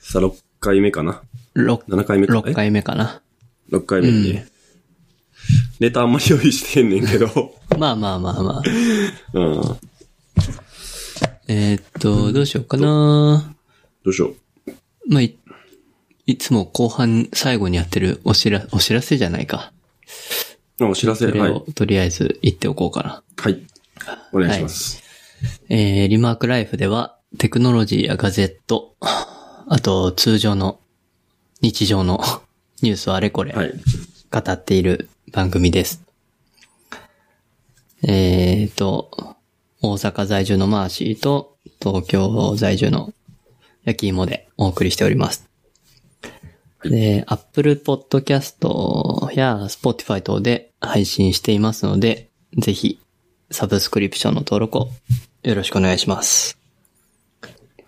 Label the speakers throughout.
Speaker 1: さあ、6回目かな
Speaker 2: 六
Speaker 1: 7回目か
Speaker 2: 六回目かな。
Speaker 1: ?6 回目にね。ネタあんまり用意してんねんけ ど。
Speaker 2: まあまあまあまあ。
Speaker 1: うん。ど
Speaker 2: えーっと、どうしようかな。
Speaker 1: うしよう。
Speaker 2: まあ、い、いつも後半最後にやってるお知ら、お知らせじゃないか。
Speaker 1: あお知らせ、
Speaker 2: それ
Speaker 1: はい。
Speaker 2: をとりあえず言っておこうかな。
Speaker 1: はい。お願いします。
Speaker 2: えー、リマークライフでは、テクノロジーやガジェット、あと通常の、日常のニュースをあれこれ
Speaker 1: はい。
Speaker 2: 語っている番組です。えーと、大阪在住のマーシーと、東京在住の焼き芋でお送りしております。で、Apple Podcast や Spotify 等で配信していますので、ぜひ、サブスクリプションの登録をよろしくお願いします。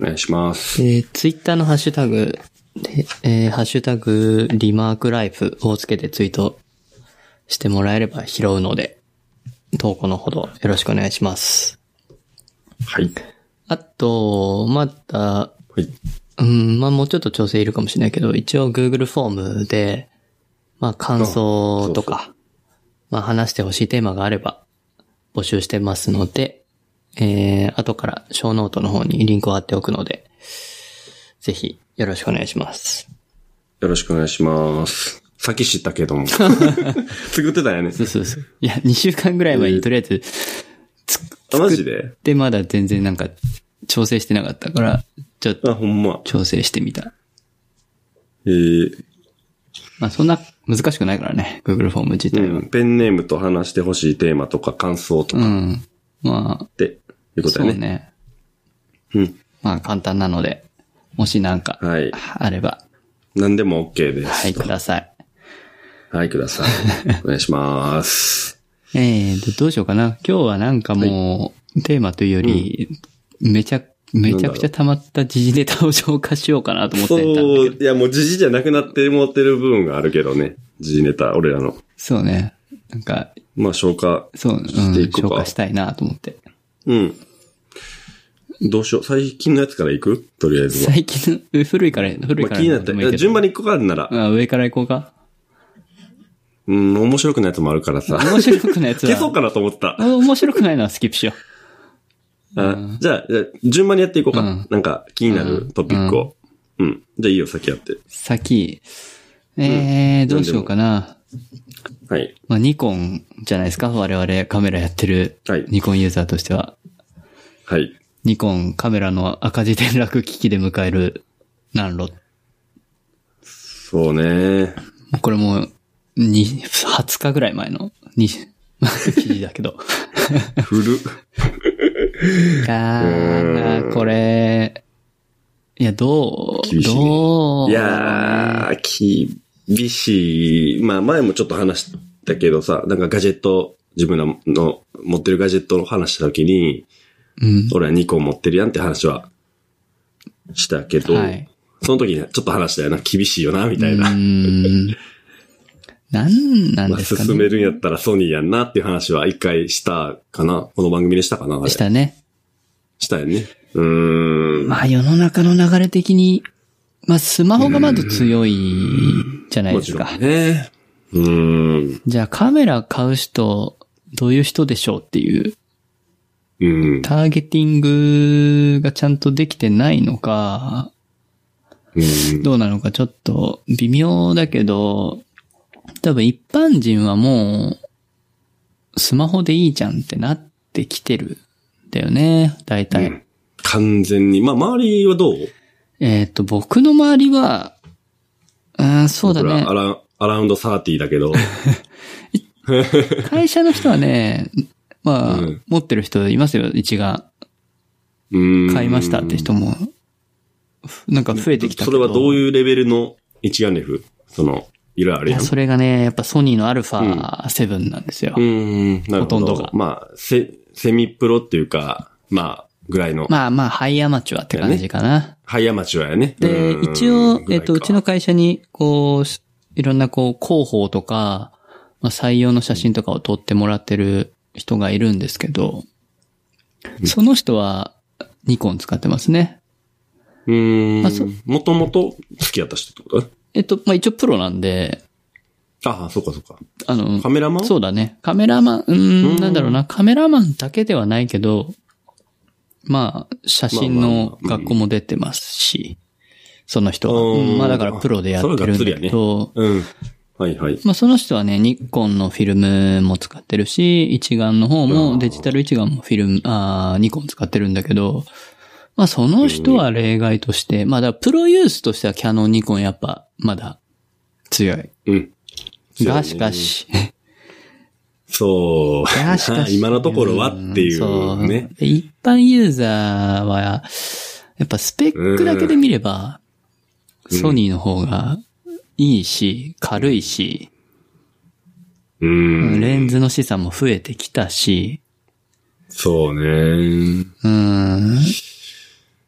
Speaker 1: お願いします。
Speaker 2: えー、ツイッターのハッシュタグで、えーハッシュタグ、リマークライフをつけてツイートしてもらえれば拾うので、投稿のほどよろしくお願いします。
Speaker 1: はい。
Speaker 2: あと、また、
Speaker 1: はい。
Speaker 2: うん、まあもうちょっと調整いるかもしれないけど、一応 Google フォームで、まあ感想とか、まあ話してほしいテーマがあれば募集してますので、えー、後から小ノートの方にリンクを貼っておくので、ぜひよろしくお願いします。
Speaker 1: よろしくお願いします。さっき知ったけど も。作ってたんやね。
Speaker 2: そうそうそう。いや、2週間ぐらい前にとりあえず、
Speaker 1: あ、マジで
Speaker 2: でまだ全然なんか調整してなかったから、ちょっと
Speaker 1: あ、ほんま。
Speaker 2: 調整してみた。
Speaker 1: えー、
Speaker 2: まあそんな難しくないからね、Google フォーム自体は。
Speaker 1: うん。ペンネームと話してほしいテーマとか感想と
Speaker 2: う
Speaker 1: かっ
Speaker 2: ん。まあ、
Speaker 1: て、いうことや
Speaker 2: そう
Speaker 1: ね。
Speaker 2: ね。
Speaker 1: うん。
Speaker 2: まあ簡単なので、もしなんか、
Speaker 1: はい
Speaker 2: あれば、
Speaker 1: 何でも OK です。
Speaker 2: はい、ください。
Speaker 1: はい、ください。 お願いします。
Speaker 2: えーと、どうしようかな。今日はなんかもう、テーマというより、めちゃ、めちゃくちゃ溜まった時事ネタを紹介しようかなと思ってたんだけど。
Speaker 1: そう、いや、もう時事じゃなくなってもってる部分があるけどね。時事ネタ、俺らの。
Speaker 2: そうね。なんか、
Speaker 1: まあ、消化。
Speaker 2: そう、うん、
Speaker 1: していこうか
Speaker 2: 紹介したいなと思って。
Speaker 1: うん。どうしよう。最近のやつからいくとりあえずは。
Speaker 2: 最近、 え古いから、古い
Speaker 1: ま
Speaker 2: か
Speaker 1: あ、
Speaker 2: ら
Speaker 1: 気になった。
Speaker 2: でもいいけど
Speaker 1: 順番に一個があるなら、
Speaker 2: あ上から行こうか。
Speaker 1: うん、面白くないやつもあるからさ。
Speaker 2: 面白くないやつは。
Speaker 1: 消そうかなと思った。
Speaker 2: あ面白くないのはスキップしよ
Speaker 1: あじゃあ、じゃあ順番にやっていこうか。
Speaker 2: うん
Speaker 1: なんか、気になるトピックを。うん。じゃあ、いいよ、先やって。
Speaker 2: う。先、えーどうしようかな。
Speaker 1: はい。
Speaker 2: まあ、ニコンじゃないですか我々カメラやってる
Speaker 1: はい
Speaker 2: ニコンユーザーとしては。
Speaker 1: はい。
Speaker 2: ニコンカメラの赤字転落危機で迎える難路。
Speaker 1: そうね。
Speaker 2: これもう、に、20日ぐらい前の、に、記事だ けど。
Speaker 1: 古っ。
Speaker 2: いやーこれ、いや、どう、
Speaker 1: 厳しいね
Speaker 2: どう
Speaker 1: いやー、厳しい。まあ前もちょっと話したけどさ、なんかガジェット、自分らの持ってるガジェットの話した時に、
Speaker 2: うん。
Speaker 1: 俺は2個持ってるやんって話はしたけど、
Speaker 2: はい
Speaker 1: その時にちょっと話したよな、厳しいよな、みたいう な。
Speaker 2: ーん。なんなん
Speaker 1: まあ
Speaker 2: ですかね。
Speaker 1: 進めるんやったらソニーやんなっていう話は一回したかな。この番組でしたかなあれ
Speaker 2: したね。
Speaker 1: したよね。うーん。
Speaker 2: まあ世の中の流れ的に、まあスマホがまず強いじゃない
Speaker 1: も
Speaker 2: で
Speaker 1: ち
Speaker 2: す
Speaker 1: ろ
Speaker 2: か
Speaker 1: ん。ね。うーん。
Speaker 2: じゃあカメラ買う人、どういう人でしょうっていう、
Speaker 1: うん。
Speaker 2: ターゲティングがちゃんとできてないのか、
Speaker 1: うん
Speaker 2: どうなのかちょっと微妙だけど、多分一般人はもう、スマホでいいじゃんってなってきてるんだよね、大体。
Speaker 1: 完全に。まあ周りはどう
Speaker 2: えっ、と、僕の周りは、うん、そうだ
Speaker 1: 僕
Speaker 2: ね
Speaker 1: らア。ラアラウンド30だけ ど。
Speaker 2: 会社の人はね、まあ、
Speaker 1: うん
Speaker 2: 持ってる人いますよ、一眼。買
Speaker 1: 買
Speaker 2: いましたって人も、ふなんか増えてきた
Speaker 1: それはどう
Speaker 2: う
Speaker 1: いうレベルの一眼レフその、色々あるやん。
Speaker 2: それがね、やっぱソニーの α7 なんですよ。
Speaker 1: うーん、なるほど。
Speaker 2: ほとんどが
Speaker 1: まあ、セ、セミプロっていうか、まあ、ぐらいの、
Speaker 2: まあまあ、ハイアマチュアって感じかな。
Speaker 1: ハイアマチュアやね。
Speaker 2: で、
Speaker 1: うーん
Speaker 2: 一応、
Speaker 1: ぐら
Speaker 2: え
Speaker 1: い
Speaker 2: っ
Speaker 1: か
Speaker 2: と、うちの会社に、こう、しいろんなこう、広報とか、まあ、採用の写真とかを撮ってもらってる人がいるんですけど、その人は、ニコン使ってますね。
Speaker 1: うー。
Speaker 2: あそうん
Speaker 1: もともと付き合った人ってこと
Speaker 2: えっと、まあ、一応プロなんで、
Speaker 1: ああ、そうかそうか。
Speaker 2: あの
Speaker 1: カ、メラマン
Speaker 2: そうだね。カメラマン、うーん、なんだろうな、カメラマンだけではないけど、まあ、写真
Speaker 1: まあま
Speaker 2: の
Speaker 1: あまあ
Speaker 2: 学校も出てますし、その人は。
Speaker 1: うーん
Speaker 2: うんまあだからプロでやってるんだけど、
Speaker 1: うん。はいはい。
Speaker 2: まあその人はね、ニッコンのフィルムも使ってるし、一眼の方
Speaker 1: う
Speaker 2: も
Speaker 1: ん
Speaker 2: デジタル一眼もフィルム、あーニコン使ってるんだけど、まあその人は例外として、まあだからプロユースとしてはキャノン、ニコンやっぱまだ強い。
Speaker 1: うん。
Speaker 2: が、しか。し、
Speaker 1: そう。
Speaker 2: がしかし。
Speaker 1: 今のところはっていうね。
Speaker 2: そう。一般ユーザーは、やっぱスペックだけで見れば、
Speaker 1: うん
Speaker 2: ソニーの方がいいし、軽いし、
Speaker 1: う
Speaker 2: レ
Speaker 1: ん。
Speaker 2: ンズの資産も増えてきたし、
Speaker 1: そうね。
Speaker 2: うん。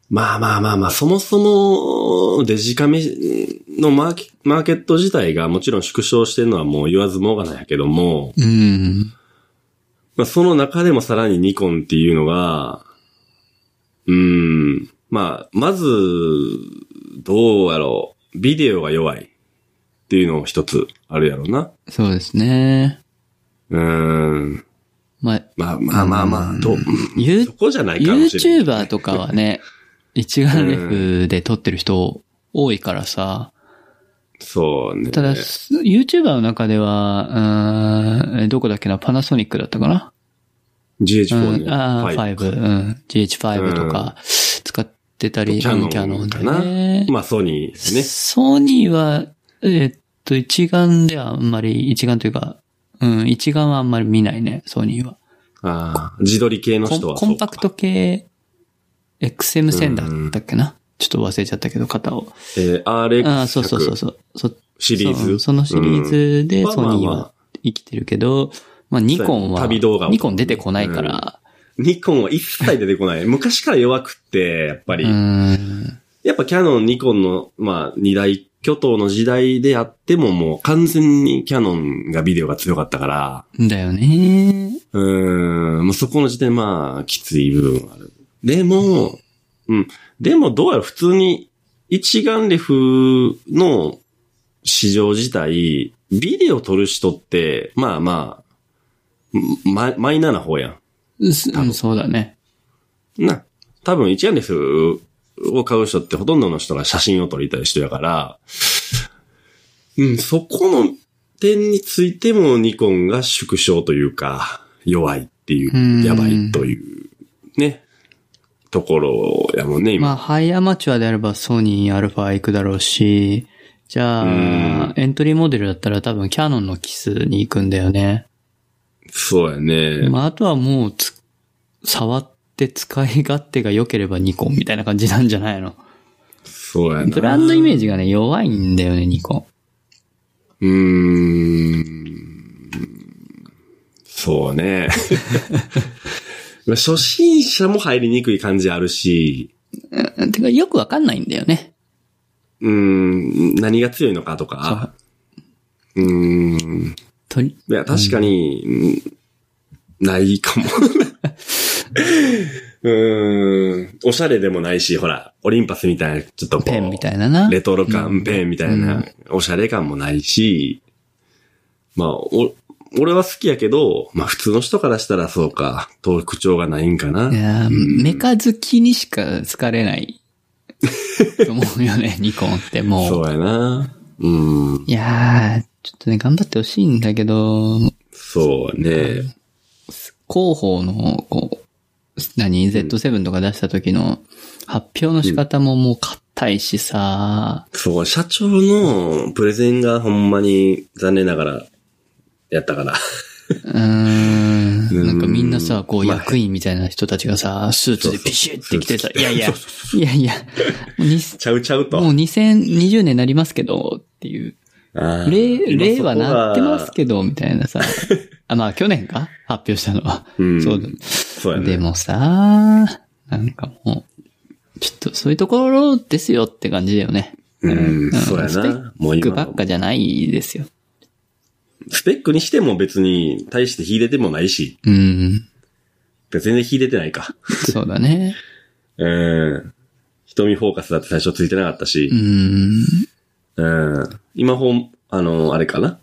Speaker 1: まあまあまあまあ、そもそもデジカメのマーケマーケット自体がもちろん縮小してるのはもう言わずもがなやけども、
Speaker 2: うん。
Speaker 1: まあその中でもさらにニコンっていうのが、うーん、まあ、まず、どうやろう、ビデオが弱いっていうのも一つあるやろうな。
Speaker 2: そうですね。
Speaker 1: うーん。
Speaker 2: まあ、
Speaker 1: まあまあまあまあ、と、
Speaker 2: ゆ
Speaker 1: そこじゃないかもしれない。
Speaker 2: YouTuber とかはね、一眼レフで撮ってる人多いからさ、
Speaker 1: そうね。
Speaker 2: ただ、す YouTuber の中では、うーん、どこだっけな、パナソニックだったかな
Speaker 1: GH4 ね。
Speaker 2: うん、ああ、
Speaker 1: はい
Speaker 2: 5、うん、GH5 とか使ってたり、
Speaker 1: キャ
Speaker 2: うん
Speaker 1: ノンかな。
Speaker 2: ね
Speaker 1: まあ、ソニーですね。
Speaker 2: ソニーは、えーっと、一眼ではあんまり、一眼というか、うん、一眼はあんまり見ないね、ソニーは。
Speaker 1: ああ、自撮り系の
Speaker 2: コン
Speaker 1: 人は
Speaker 2: コンパクト系、XM1000 だったっけなちょっと忘れちゃったけど、型を。
Speaker 1: ト。えー、RX100
Speaker 2: ああ、そうそうそうそう。そ
Speaker 1: シリー
Speaker 2: そう
Speaker 1: ズ。
Speaker 2: そのシリー
Speaker 1: うん
Speaker 2: ズで
Speaker 1: まあまあ
Speaker 2: ソ
Speaker 1: まあ
Speaker 2: ニーは生きてるけど、まあニコンは、
Speaker 1: そうやね旅動画を
Speaker 2: ニコン出てこないから、
Speaker 1: ニコンは一切出てこない。昔から弱くって、やっぱ
Speaker 2: う
Speaker 1: り。
Speaker 2: ん。
Speaker 1: やっぱキャノン、ニコンの、まあ、二大巨頭の時代であっても、もう完全にキャノンがビデオが強かったから、
Speaker 2: だよね。
Speaker 1: うーん、もうそこの時点、まあ、きつい部分はある。でも、うん。でも、どうやら普通に、一眼レフの市場自体、ビデオ撮る人って、まあまあ、ま、マイナーな方や
Speaker 2: うす
Speaker 1: 多分
Speaker 2: うんそうだね。
Speaker 1: ん。な。多分、一眼レフを買う人ってほとんどの人が写真を撮りたい人やから、うん、そこの点についてもニコンが縮小というか、弱いっていうう、
Speaker 2: ん
Speaker 1: やばいという、ね、ところやもんね、今。
Speaker 2: まあ、ハイアマチュアであればソニー、アルファ行くだろうし、じゃ
Speaker 1: うん
Speaker 2: あ、エントリーモデルだったら多分キャノンのキスに行くんだよね。
Speaker 1: そうやね。
Speaker 2: まあ、あとはもうつ、触って使い勝手が良ければニコンみたいな感じなんじゃないの
Speaker 1: そうやな。
Speaker 2: ブランドイメー
Speaker 1: ジ。
Speaker 2: ジがね、弱いんだよね、ニコン。
Speaker 1: うーん。そう ね。まあ初心者も入りにくい感じあるし、
Speaker 2: うんてか、よくわかんないんだよね。
Speaker 1: うーん、何が強いのかとか。うーん。
Speaker 2: とり、
Speaker 1: いや、確かに、うんないかも。うーん。おしゃれでもないし、ほら、オリンパスみたいな、ちょっとこう
Speaker 2: ペンみたいなな。
Speaker 1: レトロ感、
Speaker 2: うん
Speaker 1: ペンみたいな、おしゃれ感もないし、まあ、お、俺は好きやけど、まあ普通の人からしたらそうか、特徴がないんかな。
Speaker 2: いやー
Speaker 1: うん
Speaker 2: メカ好きにしか好かれない。と思うよね、ニコンっても。
Speaker 1: そううやな。うん。
Speaker 2: いやー、ちょっとね、頑張ってほしいんだけど、
Speaker 1: そうね。
Speaker 2: 広報の、こう、何 ?Z7 とか出した時の発表の仕方ももう硬いしさ、
Speaker 1: そう、社長のプレゼンがほんまに残念ながら、やったから。
Speaker 2: うーん。なんかみんなさ、こう、
Speaker 1: まあ
Speaker 2: 役員みたいな人たちがさ、スーツでピシュって着てさ、
Speaker 1: そうそう
Speaker 2: いやいや、いやいや、もうに
Speaker 1: ちゃうちゃうと。
Speaker 2: もう2020年になりますけど、っていう。
Speaker 1: あー
Speaker 2: 令、
Speaker 1: 今
Speaker 2: 令
Speaker 1: そこ
Speaker 2: は
Speaker 1: が
Speaker 2: なってますけど、みたいなさ。あ、まあ去年か発表したのは。
Speaker 1: うん
Speaker 2: そうだ。
Speaker 1: そうやね。
Speaker 2: でもさ、なんかもう、ちょっとそういうところですよって感じだよね。
Speaker 1: うん、そうや
Speaker 2: スペ
Speaker 1: な。もう
Speaker 2: ック
Speaker 1: 今
Speaker 2: ばっかじゃないですよ。
Speaker 1: スペックにしても別に、大して秀でてもないし、
Speaker 2: うん。
Speaker 1: 全然秀でてないか。
Speaker 2: そうだね。
Speaker 1: うん。一瞳フォーカスだって最初ついてなかった
Speaker 2: う
Speaker 1: し、
Speaker 2: ん。
Speaker 1: うん。今ほん、あの、あれかな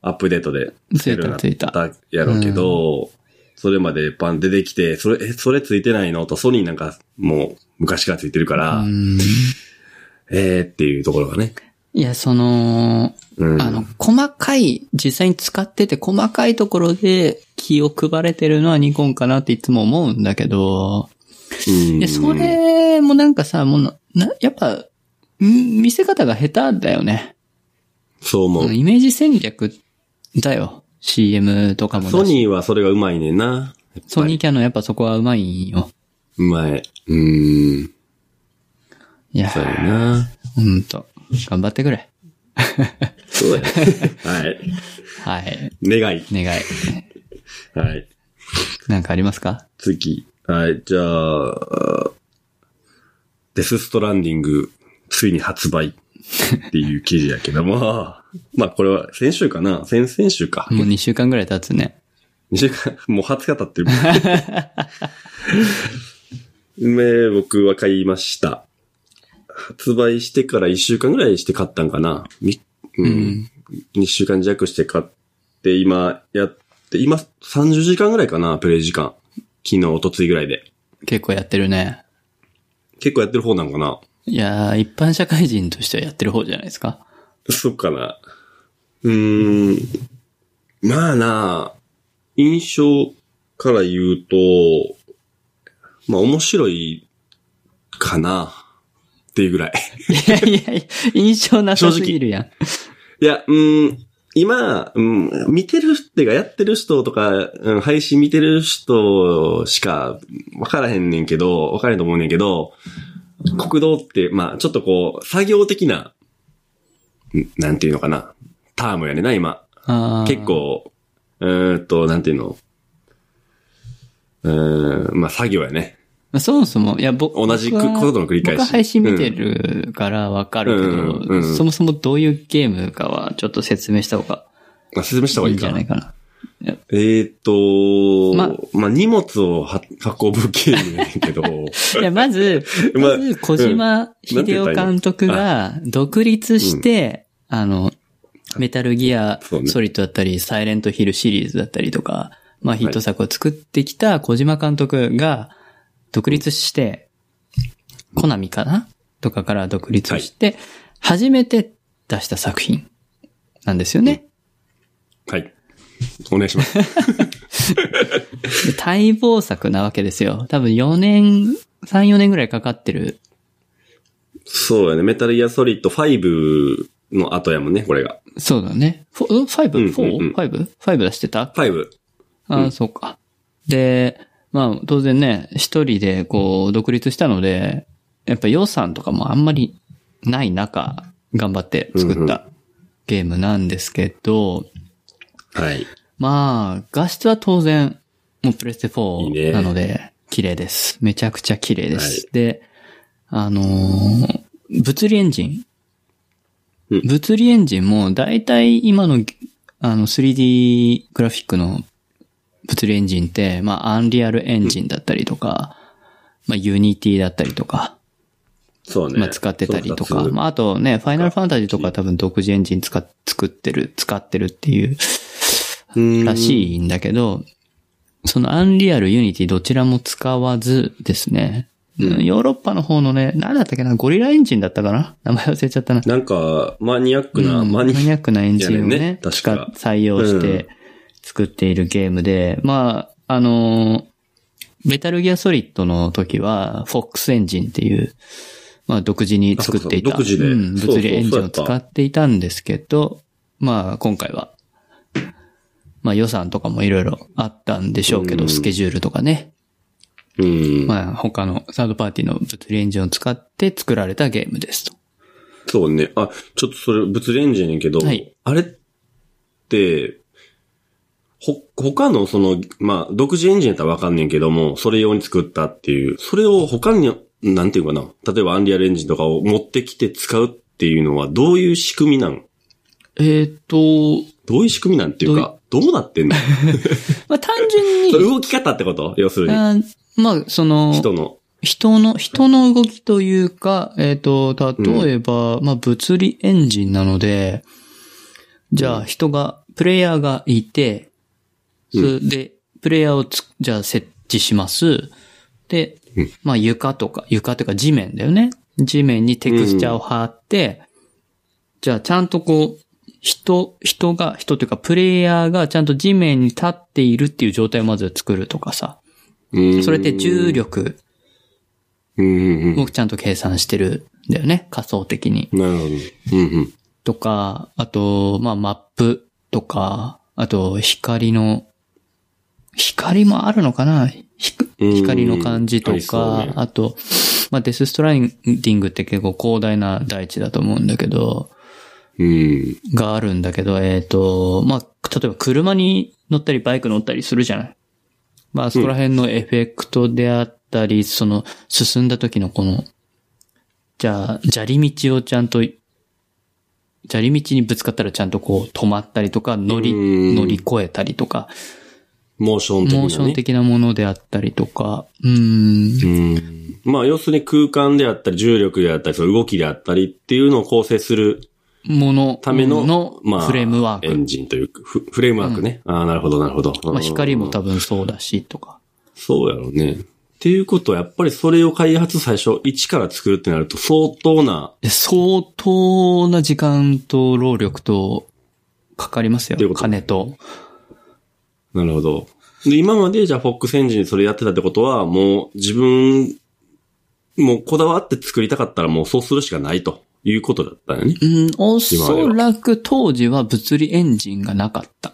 Speaker 1: アップデートで
Speaker 2: ついたついた。
Speaker 1: やろうけど、それまでパン出てきて、それ、え、それついてないのと、ソニーなんかもう昔からついてるから、
Speaker 2: うん。
Speaker 1: えーっていうところがね。
Speaker 2: いや、その、
Speaker 1: うん。
Speaker 2: あの、細かい、実際に使ってて細かいところで気を配れてるのはニコンかなっていつも思うんだけど、
Speaker 1: うん、
Speaker 2: いや、それもなんかさ、もうな、なやっぱ、ん見せ方が下手だよね。
Speaker 1: そう思う。
Speaker 2: イメージ戦略だよ。CM とかもだし
Speaker 1: ソニーはそれがうまいねんな。
Speaker 2: ソニーキャノンやっぱそこはうまいんよ。
Speaker 1: うまい。うーん。
Speaker 2: いや、
Speaker 1: そうやな。
Speaker 2: ほんと。頑張ってくれ。
Speaker 1: そう や。はい。
Speaker 2: はい。
Speaker 1: 願い。
Speaker 2: 願い。
Speaker 1: はい。
Speaker 2: なんかありますか
Speaker 1: 次。はい、じゃあ、デスストランディング、ついに発売っていう記事やけども、 まあこれは先週かな先々週か。
Speaker 2: もう2週間ぐらい経つね。
Speaker 1: 2週間、もう20日経ってる。ね、僕は買いました。発売してから1週間ぐらいして買ったんかな。みう、。
Speaker 2: うん
Speaker 1: 2週間弱して買って、今やって、今30時間ぐらいかな、プレイ時間。昨日、一昨日ぐらいで。
Speaker 2: 結構やってるね。
Speaker 1: 結構やってる方なんかない
Speaker 2: やー、一般社会人としてはやってる方じゃないですか。
Speaker 1: そうかな。うーん。まあな、印象から言うと、まあ面白いかな、っていうぐらい。
Speaker 2: いやいやいや、印象なさすぎるやん。
Speaker 1: いや、うーん、今、うん、見てるってか、やってる人とか、うん、配信見てる人しか分からへんねんけど、分からへんと思うねんけど、国道って、まあちょっとこう、作業的な、んなんていうのかな、タームやねんな、今。
Speaker 2: あー
Speaker 1: 結。構、うーんと、なんていうの、うーん、まあ作業やね。
Speaker 2: まあそもそも、いや、僕
Speaker 1: 同じく
Speaker 2: 僕は
Speaker 1: ことの繰り返し
Speaker 2: 僕は配信見てるからわかるけ
Speaker 1: うんうんう
Speaker 2: ど、
Speaker 1: ん
Speaker 2: そもそもどういうゲームかはちょっと説明した方が
Speaker 1: まあ説明した方
Speaker 2: い
Speaker 1: が
Speaker 2: い
Speaker 1: い
Speaker 2: ん
Speaker 1: い
Speaker 2: じ
Speaker 1: か
Speaker 2: ゃ
Speaker 1: な。
Speaker 2: ないかな。
Speaker 1: えーっと、
Speaker 2: ま
Speaker 1: ま、あ荷物をは運ぶゲームやねんけ ど、
Speaker 2: いや、まず、
Speaker 1: まあ
Speaker 2: まず、小島秀夫監督が独立して、あの、メタルギア
Speaker 1: そうね
Speaker 2: ソリッドだったり、サイレントヒルシリーズだったりとか、まあヒット作を作ってきた小島監督が独立して、コナミかなとかから独立をして、初めて出した作品なんですよね。
Speaker 1: はい。お願いします。
Speaker 2: で待望作なわけですよ。多分4年、3、4年ぐらいかかってる
Speaker 1: そうやね。メタルギアソリッド5の後やもんね、これが。
Speaker 2: そうだね。フォうん
Speaker 1: うん
Speaker 2: 5?4?5?5、
Speaker 1: うんうん
Speaker 2: 出してた
Speaker 1: 5。
Speaker 2: ああ、そうか。で、まあ当然ね、一人でこう独立したので、やっぱ予算とかもあんまりない中、頑張って作ったゲームなんですけど、
Speaker 1: はい。
Speaker 2: まあ画質は当然、もうプレステ
Speaker 1: いいね
Speaker 2: 4なので、綺麗です。めちゃくちゃ綺麗です。で、あのー物理エンジン
Speaker 1: うん。
Speaker 2: 物理エンジンも、だいたい今の、あの、3D グラフィックの物理エンジンって、まあ、アンリアルエンジンだったりとか、まあ、ユニティだったりとか、
Speaker 1: そうね。
Speaker 2: まあ、使ってたりと
Speaker 1: その
Speaker 2: か、
Speaker 1: 二つ
Speaker 2: まあ、あとね、ファイナルファンタジーとかは多分独自エンジン使っ、作ってる、使ってるっていう
Speaker 1: うん
Speaker 2: らしいんだけど、そのアンリアル、ユニティどちらも使わずですね、うんヨーロッパの方のね、なんだったっけな、ゴリラエンジンだったかな名前忘れちゃったな。
Speaker 1: なんか、マニアックな、
Speaker 2: うん
Speaker 1: マニ
Speaker 2: マニアックなエンジンを
Speaker 1: やね
Speaker 2: ね、
Speaker 1: 確
Speaker 2: 使っ
Speaker 1: か
Speaker 2: 採用して作っているゲームで、まあ、あのー、メタルギアソリッドの時は、フォックスエンジンっていう、まあ、独自に作っていた、
Speaker 1: あそうかそう独自で
Speaker 2: う
Speaker 1: そ
Speaker 2: ん
Speaker 1: うそう
Speaker 2: 物理エンジンを
Speaker 1: そうやっ
Speaker 2: 使
Speaker 1: た
Speaker 2: っていたんですけど、まあ、今回は、まあ、予算とかもいろいろあったんでしょうけど、
Speaker 1: うん
Speaker 2: スケジュールとかね、
Speaker 1: うん。
Speaker 2: まあ、他のサードパーティーの物理エンジンを使って作られたゲームですと。
Speaker 1: そうね。あ、ちょっとそれ、物理エンジンやけど、
Speaker 2: はい
Speaker 1: あれって、ほ、他のその、まあ、独自エンジンやったらわかんねんけども、それ用に作ったっていう、それを他に、なんていうかな、例えばアンリアルエンジンとかを持ってきて使うっていうのは、どういう仕組みなん
Speaker 2: えっ、と、
Speaker 1: どういう仕組みなんっていうか、どうな ってんの
Speaker 2: まあ、単純に
Speaker 1: それ、動き方ってこと要するに。
Speaker 2: あーまあ、その、
Speaker 1: 人の。
Speaker 2: 人の、人の動きというか、えっ、と、例えば、まあ、物理エンジンなので、じゃあ人が、プレイヤーがいて、
Speaker 1: う
Speaker 2: そで、プレイヤーをつ、じゃあ設置します。で
Speaker 1: うん、
Speaker 2: まあ、床とか、床というか地面だよね。地面にテクスチャーを貼って、じゃあちゃんとこう、人、人が、人というかプレイヤーがちゃんと地面に立っているっていう状態をまず作るとかさ。
Speaker 1: うん
Speaker 2: それって重。力
Speaker 1: うんうんうん。
Speaker 2: をちゃんと計算してるんだよね。仮想的に。
Speaker 1: なるほど。うんうん。
Speaker 2: とか、あと、まあ、マップとか、あと、光の、光もあるのかなひく
Speaker 1: うん
Speaker 2: 光の感じと
Speaker 1: ありそう
Speaker 2: か、
Speaker 1: ね
Speaker 2: あと、まあ、デスストライディングって結構広大な大地だと思うんだけど、
Speaker 1: うん。
Speaker 2: があるんだけど、えっ、と、まあ、例えば車に乗ったりバイク乗ったりするじゃないまあ、そこら辺のエフェクトであったり、その、進んだ時のこの、じゃあ、砂利道をちゃんと、砂利道にぶつかったらちゃんとこう止まったりとか、乗り、
Speaker 1: うん
Speaker 2: 乗り越えたりとか、
Speaker 1: モーション的な、ね。
Speaker 2: モーション的なものであったりとか、うーん、
Speaker 1: うん。まあ、要するに空間であったり、重力であったり、その動きであったりっていうのを構成する
Speaker 2: もの、
Speaker 1: ための、まあ、
Speaker 2: フレームワー
Speaker 1: エ
Speaker 2: ク。
Speaker 1: ンジンというか、フフレームワークね。ああ、なるほど、なるほど。
Speaker 2: まあ、光も
Speaker 1: うん
Speaker 2: 多分そうだし、とか。
Speaker 1: そうやろうね。っていうことは、やっぱりそれを開発最初、一から作るってなると、相当な、
Speaker 2: で相当な時間と労力とかかります
Speaker 1: という
Speaker 2: よ。
Speaker 1: こと
Speaker 2: 金と。
Speaker 1: なるほど。で、今まで、じゃあ、フォックスエンジンでそれやってたってことは、もう、自分、もう、こだわって作りたかったら、もう、そうするしかないということだったよね。
Speaker 2: うん、おそらく当時は物理エンジンがなかった。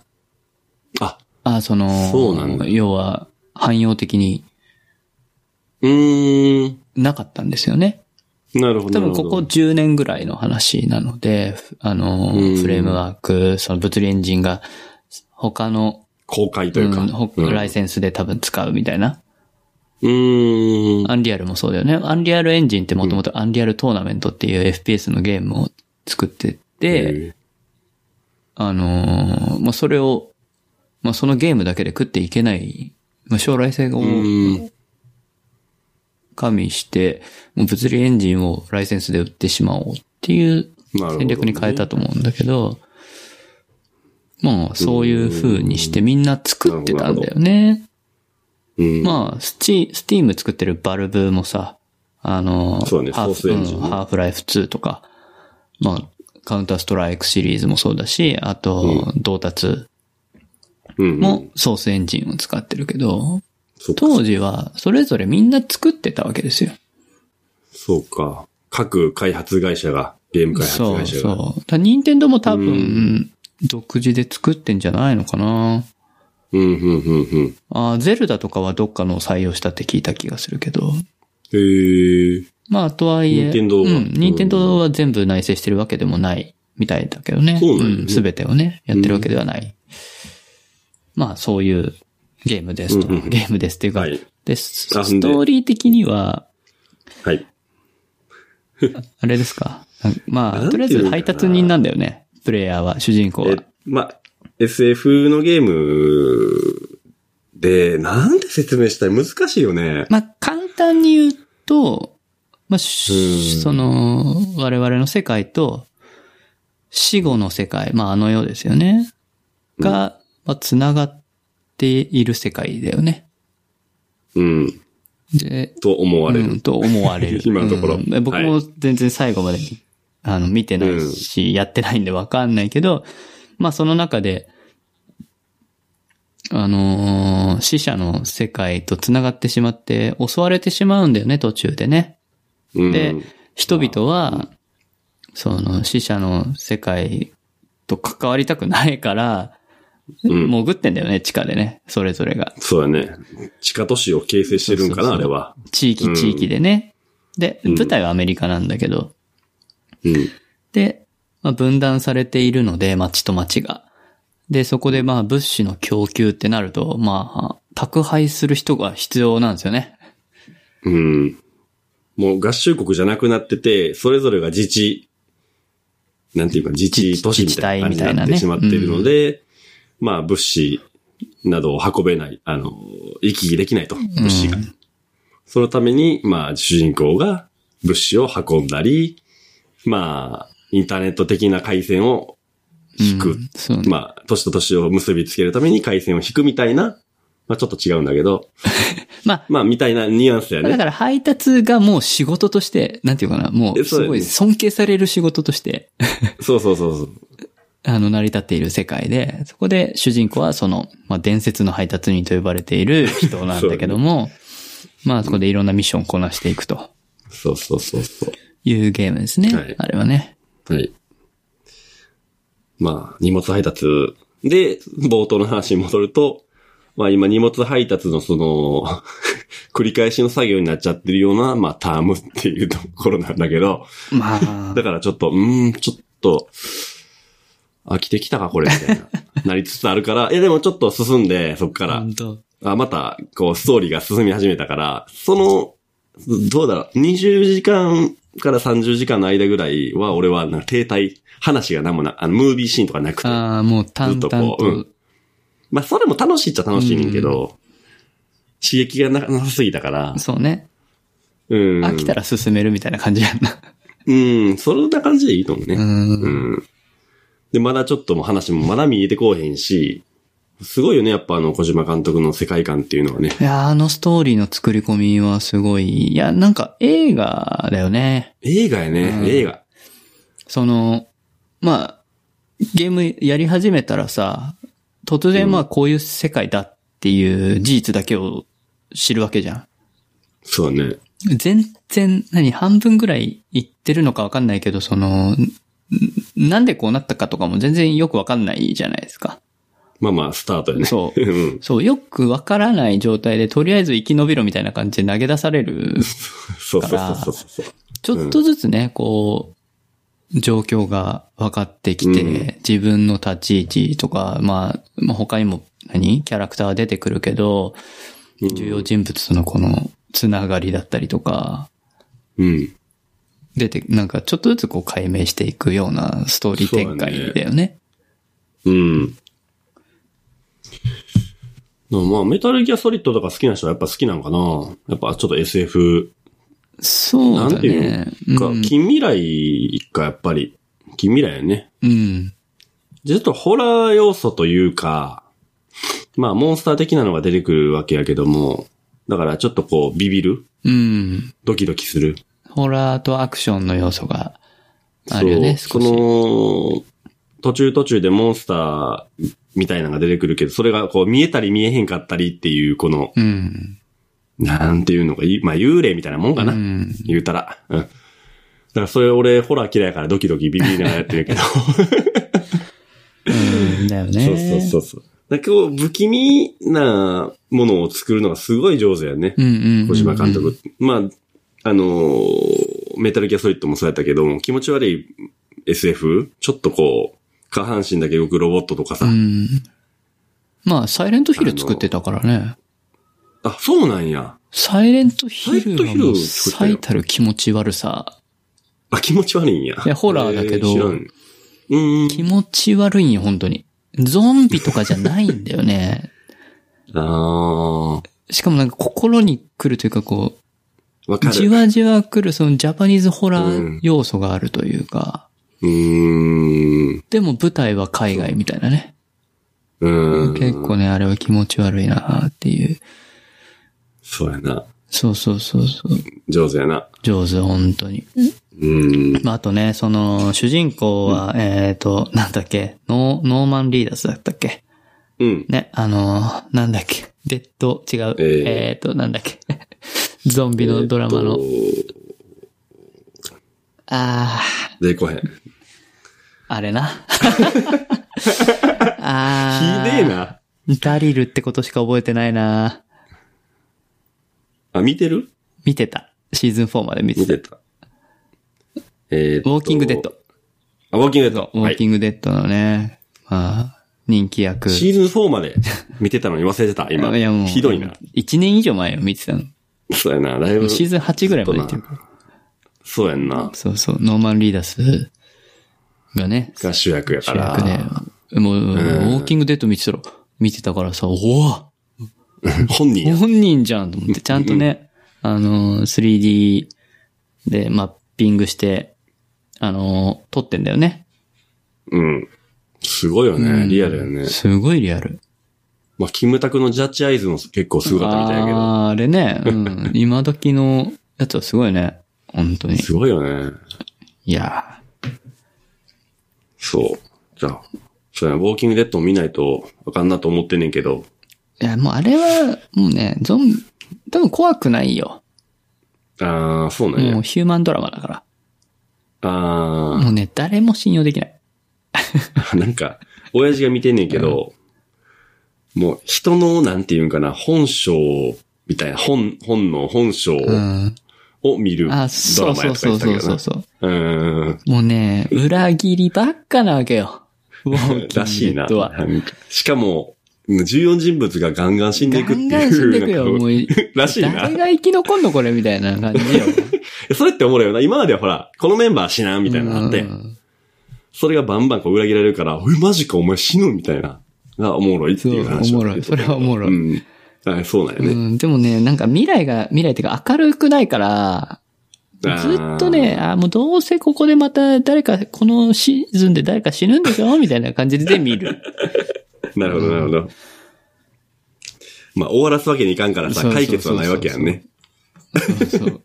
Speaker 1: あ、
Speaker 2: あ、その、
Speaker 1: そうなんだ
Speaker 2: 要は、汎用的に
Speaker 1: うーん。
Speaker 2: なかったんですよね。
Speaker 1: なるほど。
Speaker 2: 多分ここ
Speaker 1: なるほど、
Speaker 2: 10年ぐらいの話なので、ふあの、
Speaker 1: うん
Speaker 2: フレームワーク、その物理エンジンが他の、
Speaker 1: 公開と
Speaker 2: う
Speaker 1: いうか。
Speaker 2: ん、ほ
Speaker 1: うん
Speaker 2: ライセンスで多分使うみたいな。
Speaker 1: うーん。
Speaker 2: アンリアルもそうだよね。アンリアルエンジンってもともとアンリアルトーナメントっていう FPS のゲームを作ってて、
Speaker 1: え
Speaker 2: あのーまあ、それを、まあ、そのゲームだけで食っていけない、まあ、将来性を
Speaker 1: ー、うん。
Speaker 2: 加味して、もう物理エンジンをライセンスで売ってしまおうっていう
Speaker 1: なるほど、
Speaker 2: 戦略に変えた。と思うんだけど、まあ、そういう風にしてみんな作ってたんだよね。
Speaker 1: うん。
Speaker 2: まあ、スチ、スティーム作ってるバルブもさ、あの、
Speaker 1: そうね
Speaker 2: ハー
Speaker 1: ソース
Speaker 2: フ、
Speaker 1: エンジンね
Speaker 2: うんハーフライフ2とか、まあ、カウンターストライクシリーズもそうだし、あと、到達
Speaker 1: うん、
Speaker 2: もソースエンジンを使ってるけど、
Speaker 1: そうか
Speaker 2: 当時はそれぞれみんな作ってたわけですよ。
Speaker 1: そうか。各開発会社が、ゲーム開発
Speaker 2: そ
Speaker 1: 会
Speaker 2: う
Speaker 1: 社が。
Speaker 2: そう。だから任天堂も多
Speaker 1: う
Speaker 2: 分、独自で作ってんじゃないのかな。
Speaker 1: うん、うん、うん、うん。
Speaker 2: あーゼルダとかはどっかの採用したって聞いた気がするけど。
Speaker 1: へえー。
Speaker 2: まあ、とはいえ。
Speaker 1: 任天堂は
Speaker 2: う
Speaker 1: うん
Speaker 2: ん。任天堂は全部内製してるわけでもないみたいだけどね。
Speaker 1: そうなんだよね
Speaker 2: ん。すべてをね、やってるわけではない。まあ、そういうゲームですと。
Speaker 1: うんうんうん
Speaker 2: ゲームですっていうか。
Speaker 1: はい
Speaker 2: で、ス
Speaker 1: あ
Speaker 2: ストーリー的には、
Speaker 1: はい。
Speaker 2: あれですか。なんま
Speaker 1: な
Speaker 2: あ、
Speaker 1: ん
Speaker 2: と
Speaker 1: て
Speaker 2: り
Speaker 1: いう
Speaker 2: あ
Speaker 1: のかな
Speaker 2: えず配達人なんだよね。プレイヤーは、主人公は
Speaker 1: え。、まあ、SF のゲームで、なんて説明したい難しいよね。
Speaker 2: まあ、簡単に言うと、まあ、し
Speaker 1: うん
Speaker 2: その、我々の世界と、死後の世界、まあ、あの世ですよね。が、まあ、繋がっている世界だよね。
Speaker 1: うん。
Speaker 2: で、
Speaker 1: と思われ
Speaker 2: う
Speaker 1: る。。
Speaker 2: ん、と思われる
Speaker 1: 今のところ
Speaker 2: うん僕も全然最後まで、あの、見てないし、やってないんでわかんないけど、まあその中で、あのー死者の世界と繋がってしまって、襲われてしまうんだよね、途中でね。
Speaker 1: うん。
Speaker 2: で、人々は、その死者の世界と関わりたくないから、
Speaker 1: うん
Speaker 2: 潜ってんだよね、地下でね、それぞれが。
Speaker 1: そうやね。地下都市を形成してるんかな、
Speaker 2: そうそうそう
Speaker 1: あれは。
Speaker 2: 地域、地域でね。で、
Speaker 1: うん
Speaker 2: 舞台はアメリカなんだけど、
Speaker 1: うん。
Speaker 2: で、まあ、分断されているので、町と町が。で、そこでまあ物資の供給ってなると、まあ、宅配する人が必要なんですよね。
Speaker 1: うん。もう合衆国じゃなくなってて、それぞれが自治、なんていうか自治都市みたいな感じになって
Speaker 2: 自
Speaker 1: し
Speaker 2: 治体
Speaker 1: まった
Speaker 2: み
Speaker 1: て
Speaker 2: いなね
Speaker 1: いるので、まあ物資などを運べない、あの、行き来できないと、物資が。そのために、まあ、主人公が物資を運んだり、まあ、インターネット的な回線を引く。
Speaker 2: うんそうね。
Speaker 1: まあ、都市と都市を結びつけるために回線を引くみたいな、まあちょっと違うんだけど、
Speaker 2: まあ、
Speaker 1: まあみたいなニュアンスや
Speaker 2: だ
Speaker 1: ね。
Speaker 2: から配達がもう仕事として、なんていうかな、もう
Speaker 1: え
Speaker 2: す
Speaker 1: そうだよ
Speaker 2: ご
Speaker 1: ね
Speaker 2: い尊敬される仕事として、
Speaker 1: そうそうそうそう。
Speaker 2: あの、成り立っている世界で、そこで主人公はその、まあ、伝説の配達人と呼ばれている人なんだけ ども、まあ、そこでいろんなミッションをこなしていくと
Speaker 1: そうそうそうそ
Speaker 2: いうゲームですね。
Speaker 1: はい
Speaker 2: あれはね。
Speaker 1: う。はい。まあ、荷物配達。で、冒頭の話に戻ると、まあ今荷物配達のその、 繰り返しの作業になっちゃってるような、まあタームっていうところなんだけど、
Speaker 2: まあ
Speaker 1: だ、からちょっと、うーん、ちょっと、飽きてきたかこれみたいな。なりつつあるから、いやでもちょっと進んで、そっから、
Speaker 2: 本当
Speaker 1: あ、また、こう、ストーリーが進み始めたから、その、どうだろう、20時間から30時間の間ぐらいは、俺はなんか停滞、話が何もな、あの、ムービーシーンとかなくて。
Speaker 2: ああ、もう淡々
Speaker 1: ずっと
Speaker 2: と
Speaker 1: こううんまあ、それも楽しいっちゃ楽しいねんけど、刺激がななさすぎたから、
Speaker 2: そうね。
Speaker 1: うん。
Speaker 2: 飽きたら進めるみたいな感じやんな。
Speaker 1: うん、そんな感じでいいと思うね。
Speaker 2: うん。
Speaker 1: うん。で、まだちょっともう話もまだ見えてこうへんし、すごいよね、やっぱあの、小島監督の世界観っていうのはね。
Speaker 2: いやー、あのストーリーの作り込みはすごい、いや、なんか映画だよね。
Speaker 1: 映画やね、
Speaker 2: うん
Speaker 1: 映画。
Speaker 2: その、まあ、ゲームやり始めたらさ、突然まあこういう世界だっていう事実だけを知るわけじゃん。
Speaker 1: そうだね。
Speaker 2: 全然、何、半分ぐらい言ってるのかわかんないけど、その、んなんでこうなったかとかも全然よくわかんないじゃないですか。
Speaker 1: まあまあ、スタートやね。。
Speaker 2: そう
Speaker 1: うん。
Speaker 2: そう、よくわからない状態で、とりあえず生き延びろみたいな感じで投げ出される
Speaker 1: そうそうそうそうそう。
Speaker 2: ちょっとずつね、こう、状況が分かってきて、
Speaker 1: うん
Speaker 2: 自分の立ち位置とか、まあ、まあ、他にも何キャラクターは出てくるけど、
Speaker 1: うん
Speaker 2: 重要人物とのこのつながりだったりとか、
Speaker 1: うん。
Speaker 2: 出て、なんかちょっとずつこう解明していくようなストーリー展開だよね。
Speaker 1: うん。でもまあ、メタルギアソリッドとか好きな人はやっぱ好きなんかなやっぱちょっと SF、
Speaker 2: そう
Speaker 1: なん
Speaker 2: だ
Speaker 1: てい
Speaker 2: ね。
Speaker 1: うか、近未来かやっぱり、近未来やね。
Speaker 2: うん。うん。
Speaker 1: でちょっとホラー要素というか、まあ、モンスター的なのが出てくるわけやけども、だからちょっとこう、ビビる
Speaker 2: うん。
Speaker 1: ドキドキする
Speaker 2: ホラーとアクションの要素があるよね、
Speaker 1: そ
Speaker 2: 少
Speaker 1: う
Speaker 2: し。
Speaker 1: その、途中途中でモンスターみたいなのが出てくるけど、それがこう見えたり見えへんかったりっていう、この、
Speaker 2: うん。
Speaker 1: なんていうのか、いまあ幽霊みたいなもんかな、
Speaker 2: うん。
Speaker 1: 言うたら。うん。だからそれ俺、ホラー嫌いやからドキドキビビりながらやってるけど。
Speaker 2: うん。だよ ね。
Speaker 1: そうそうそうそう。だからこう、不気味なものを作るのがすごい上手やね。
Speaker 2: うんうんうんうん。
Speaker 1: 小島監督。まあ、あのーメタルギアソリッドもそうやったけども、気持ち悪い SF? ちょっとこう、下半身だけ動くロボットとかさ。
Speaker 2: うん。まあ、サイレントヒル作ってたからね。
Speaker 1: あ、そうなんや。
Speaker 2: サイレントヒ
Speaker 1: サイレン
Speaker 2: ル
Speaker 1: トヒ
Speaker 2: は
Speaker 1: ル
Speaker 2: もう
Speaker 1: 作ったよ
Speaker 2: 最たる気持ち悪さ。
Speaker 1: あ、気持ち悪いんや。
Speaker 2: いやホラーだけど
Speaker 1: えー知らん。うん。
Speaker 2: 気持ち悪いんよ、本当に。ゾンビとかじゃないんだよね。
Speaker 1: あ
Speaker 2: しかもなんか心に来るというかこ
Speaker 1: ー。わ
Speaker 2: う、
Speaker 1: か
Speaker 2: じ
Speaker 1: る。
Speaker 2: わじわ来るそのジャパニーズホラ
Speaker 1: うん
Speaker 2: ー要素があるというか、
Speaker 1: うーん。
Speaker 2: でも舞台は海外みたいなね。
Speaker 1: うん。
Speaker 2: 結構ね、あれは気持ち悪いなっていう。
Speaker 1: そうやな。
Speaker 2: そうそうそうそう。
Speaker 1: 上手やな。
Speaker 2: 上手、本当に。
Speaker 1: うん。
Speaker 2: まあ、あとね、その、主人公は、えっ、と、なんだっけ、ノー、ノーマン・リーダースだったっけ
Speaker 1: うん。
Speaker 2: ね、あのーなんだっけ、デッド、違う、
Speaker 1: え
Speaker 2: え
Speaker 1: ー
Speaker 2: っ、と、なんだっけ、 ゾンビのドラマの、
Speaker 1: えっと
Speaker 2: あ
Speaker 1: 出てこへん。ひで
Speaker 2: ー、あれな。あー、
Speaker 1: えな。
Speaker 2: ダリルってことしか覚えてないな
Speaker 1: あ、見てる
Speaker 2: 見てた。シーズン4まで見て
Speaker 1: 見
Speaker 2: た。
Speaker 1: てた。えっと
Speaker 2: ウォーキングデッド。。
Speaker 1: あ、ウォーキングデッ
Speaker 2: そ
Speaker 1: ド。
Speaker 2: うウォ
Speaker 1: は
Speaker 2: ーキ
Speaker 1: い。
Speaker 2: ングデッドのね、まあ、人気役。
Speaker 1: シーズン4まで見てたのに忘れてた、今。
Speaker 2: いやもう、
Speaker 1: ひどいな。
Speaker 2: 1年以上前を見てたの。
Speaker 1: そうやな、だいぶ。
Speaker 2: シーズン8ぐらいまで見てる。
Speaker 1: そうやんな。
Speaker 2: そうそう、ノーマン・リーダスがね、
Speaker 1: が主役やか
Speaker 2: 主
Speaker 1: ら。
Speaker 2: 役で、もう、ウォーキングデッド見てたら、見てたからさ、おお
Speaker 1: 本人や。
Speaker 2: 本人じゃんと思って、ちゃんとね、あの、3D でマッピングして、あの、撮ってんだよね。
Speaker 1: うん。すごいよ
Speaker 2: う
Speaker 1: ね。
Speaker 2: ん
Speaker 1: リアルよね。
Speaker 2: すごいリアル。
Speaker 1: まあ、キムタクのジャッジアイズも結構すごかったみたいやけど。
Speaker 2: あーあれね、 うん。今時のやつはすごいね。本当に。
Speaker 1: すごいよね。
Speaker 2: いや
Speaker 1: そう。じゃあ、そうやな、ウォーキングデッドも見ないとあかんなと思ってんねんけど。
Speaker 2: ー。いや、もうあれは、もうね、ゾン、多分怖くないよ。
Speaker 1: あー、そうなん
Speaker 2: も
Speaker 1: や
Speaker 2: う。ヒューマンドラマだか
Speaker 1: あ
Speaker 2: ら。もうね、誰も信用できない。
Speaker 1: ー、 なんか、親父が見てんねんけど、もう人の、なんていうんかな、本性みたいな、本、本の本性
Speaker 2: うん。
Speaker 1: を見るドラマ
Speaker 2: あ、
Speaker 1: やと
Speaker 2: そう
Speaker 1: か
Speaker 2: そ
Speaker 1: 言
Speaker 2: う
Speaker 1: ってた
Speaker 2: そ
Speaker 1: け
Speaker 2: うそう
Speaker 1: ど
Speaker 2: そ
Speaker 1: な
Speaker 2: う。そう。
Speaker 1: うーん。
Speaker 2: もうね、裏切りばっかなわけよ。ウォーキング
Speaker 1: らしいな。
Speaker 2: デッドは
Speaker 1: なんかしかも、14人物がガンガン死んでいく
Speaker 2: ガ
Speaker 1: っていう。
Speaker 2: ンガン死んでくよ、
Speaker 1: なんか
Speaker 2: もう。
Speaker 1: らしいな
Speaker 2: 誰。が生き残んのこれみたいな感じよ。
Speaker 1: それっておもろいよな。今まではほら、このメンバー死な、 みたいなのあって
Speaker 2: う、ん
Speaker 1: それがバンバンこう裏切られるから、おい、マジか、お前死ぬみたいな、がおもろいって
Speaker 2: そう、
Speaker 1: いう
Speaker 2: お
Speaker 1: 話
Speaker 2: も
Speaker 1: を
Speaker 2: ろい。それはおもろ
Speaker 1: う
Speaker 2: い。
Speaker 1: ん。あそうなんよ
Speaker 2: う
Speaker 1: ね。
Speaker 2: ん、でもね、なんか未来が、未来っていうか明るくないから、ず
Speaker 1: あー
Speaker 2: っとね、あーもうどうせここでまた誰か、このシーズンで誰か死ぬんでしょみたいな感じで見 る。
Speaker 1: なるほど、なるほど。まあ、終わらすわけにいかんからさ、
Speaker 2: そうそうそう
Speaker 1: 解
Speaker 2: そう
Speaker 1: 決はないわけやんね。
Speaker 2: そうそう。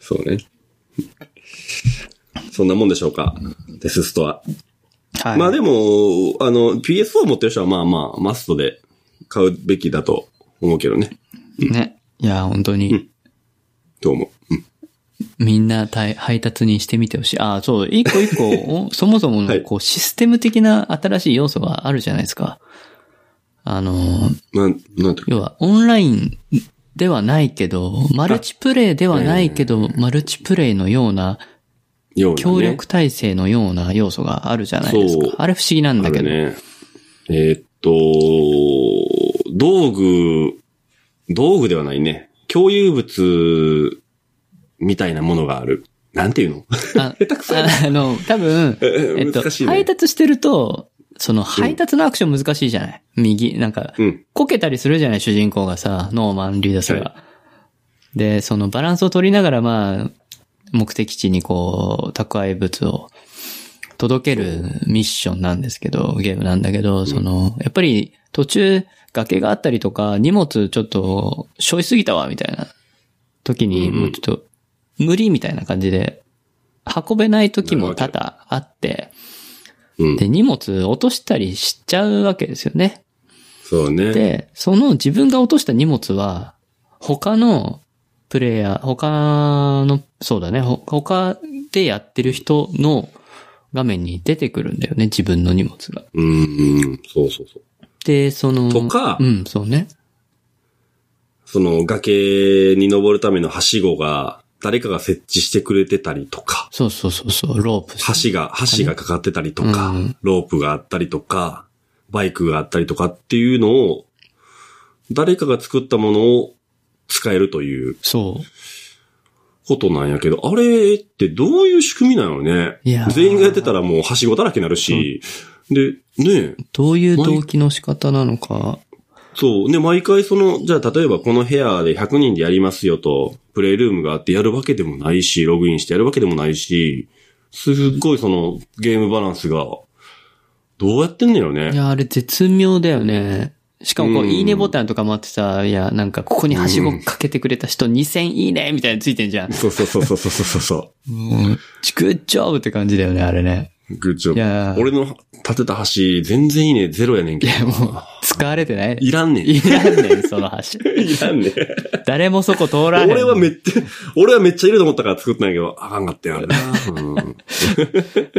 Speaker 1: そうね。そんなもんでしょうか。デスストア。
Speaker 2: はい。
Speaker 1: まあでも、あの、PS4 持ってる人はまあまあ、マストで買うべきだと思うけどね。
Speaker 2: ね。いや、本当に。
Speaker 1: どう思う。うん。
Speaker 2: みんな大配達にしてみてほしい。ああ、そう、一個一 個、おそもそも
Speaker 1: は
Speaker 2: の
Speaker 1: い
Speaker 2: こうシステム的な新しい要素があるじゃないですか。あのー、
Speaker 1: なん、なんていうか
Speaker 2: 要はオンラインではないけど、マルチプレイではないけど、マルチプレイのような、
Speaker 1: ようなね
Speaker 2: 協力体制のような要素があるじゃないです
Speaker 1: そう
Speaker 2: か。あれ不思議なんだけど。
Speaker 1: あるね。えーっと、道具、道具ではないね。共有物みたいなものがある。なんていうの
Speaker 2: あああの、多分、えっと、
Speaker 1: 難しいね。
Speaker 2: 配達してると、その配達のアクション難しいじゃない右、なんか、
Speaker 1: うん。
Speaker 2: こけたりするじゃない主人公がさ、ノーマン・リーダスが。
Speaker 1: は
Speaker 2: で、そのバランスを取りながら、まあ、目的地にこう、宅配物を届けるミッションなんですけど、ゲームなんだけど、その、やっぱり途中崖があったりとか、荷物ちょっと、背負いすぎたわ、みたいな時に、
Speaker 1: うんうん
Speaker 2: もうちょっと、無理みたいな感じで、運べない時も多々あって、
Speaker 1: うん。
Speaker 2: で、荷物落としたりしちゃうわけですよね。
Speaker 1: そうね。
Speaker 2: で、その自分が落とした荷物は、他のプレイヤー、他の、そうだね、ほ他でやってる人の画面に出てくるんだよね、自分の荷物が。
Speaker 1: うん、うんそうそうそう。
Speaker 2: で、その、
Speaker 1: とか
Speaker 2: うん、そうね。
Speaker 1: その崖に登るためのはしごが、誰かが設置してくれてたりとか、
Speaker 2: そうそうそうそう、ロープ。
Speaker 1: 橋が、橋がかかってたりとか
Speaker 2: うん、
Speaker 1: ロープがあったりとか、バイクがあったりとかっていうのを、誰かが作ったものを使えるという
Speaker 2: そう。
Speaker 1: ことなんやけど、あれってどういう仕組みなのね
Speaker 2: いやー
Speaker 1: 全員がやってたらもうはしごだらけになるし、で、ねえ
Speaker 2: どういう動機の仕方なのか。
Speaker 1: そう。ね、毎回その、じゃあ例えばこの部屋で100人でやりますよと、プレイルームがあってやるわけでもないし、ログインしてやるわけでもないし、すっごいそのゲームバランスが、どうやってんのよ
Speaker 2: い
Speaker 1: ね。
Speaker 2: や、あれ絶妙だよね。しかもこう、
Speaker 1: うん
Speaker 2: いいねボタンとかもあってさ、いや、なんか、ここにはしごかけてくれた人2000いいねみたいについてんじゃん。
Speaker 1: そうそうそうそうそうそうそ
Speaker 2: もう、 グッジョブって感じだよね、あれね。
Speaker 1: う。グッジョ
Speaker 2: いやー
Speaker 1: ブ。俺の立てた橋、全然いいね、ゼロやねんけど。
Speaker 2: もう、使われてない。
Speaker 1: いらんねん。い
Speaker 2: いらんねん、その 橋。
Speaker 1: らんねん。
Speaker 2: 誰もそこ通らへん。
Speaker 1: 俺はめっちゃ、俺はめっちゃいると思ったから作ったんやけど、あかんかったよ、あれな。うん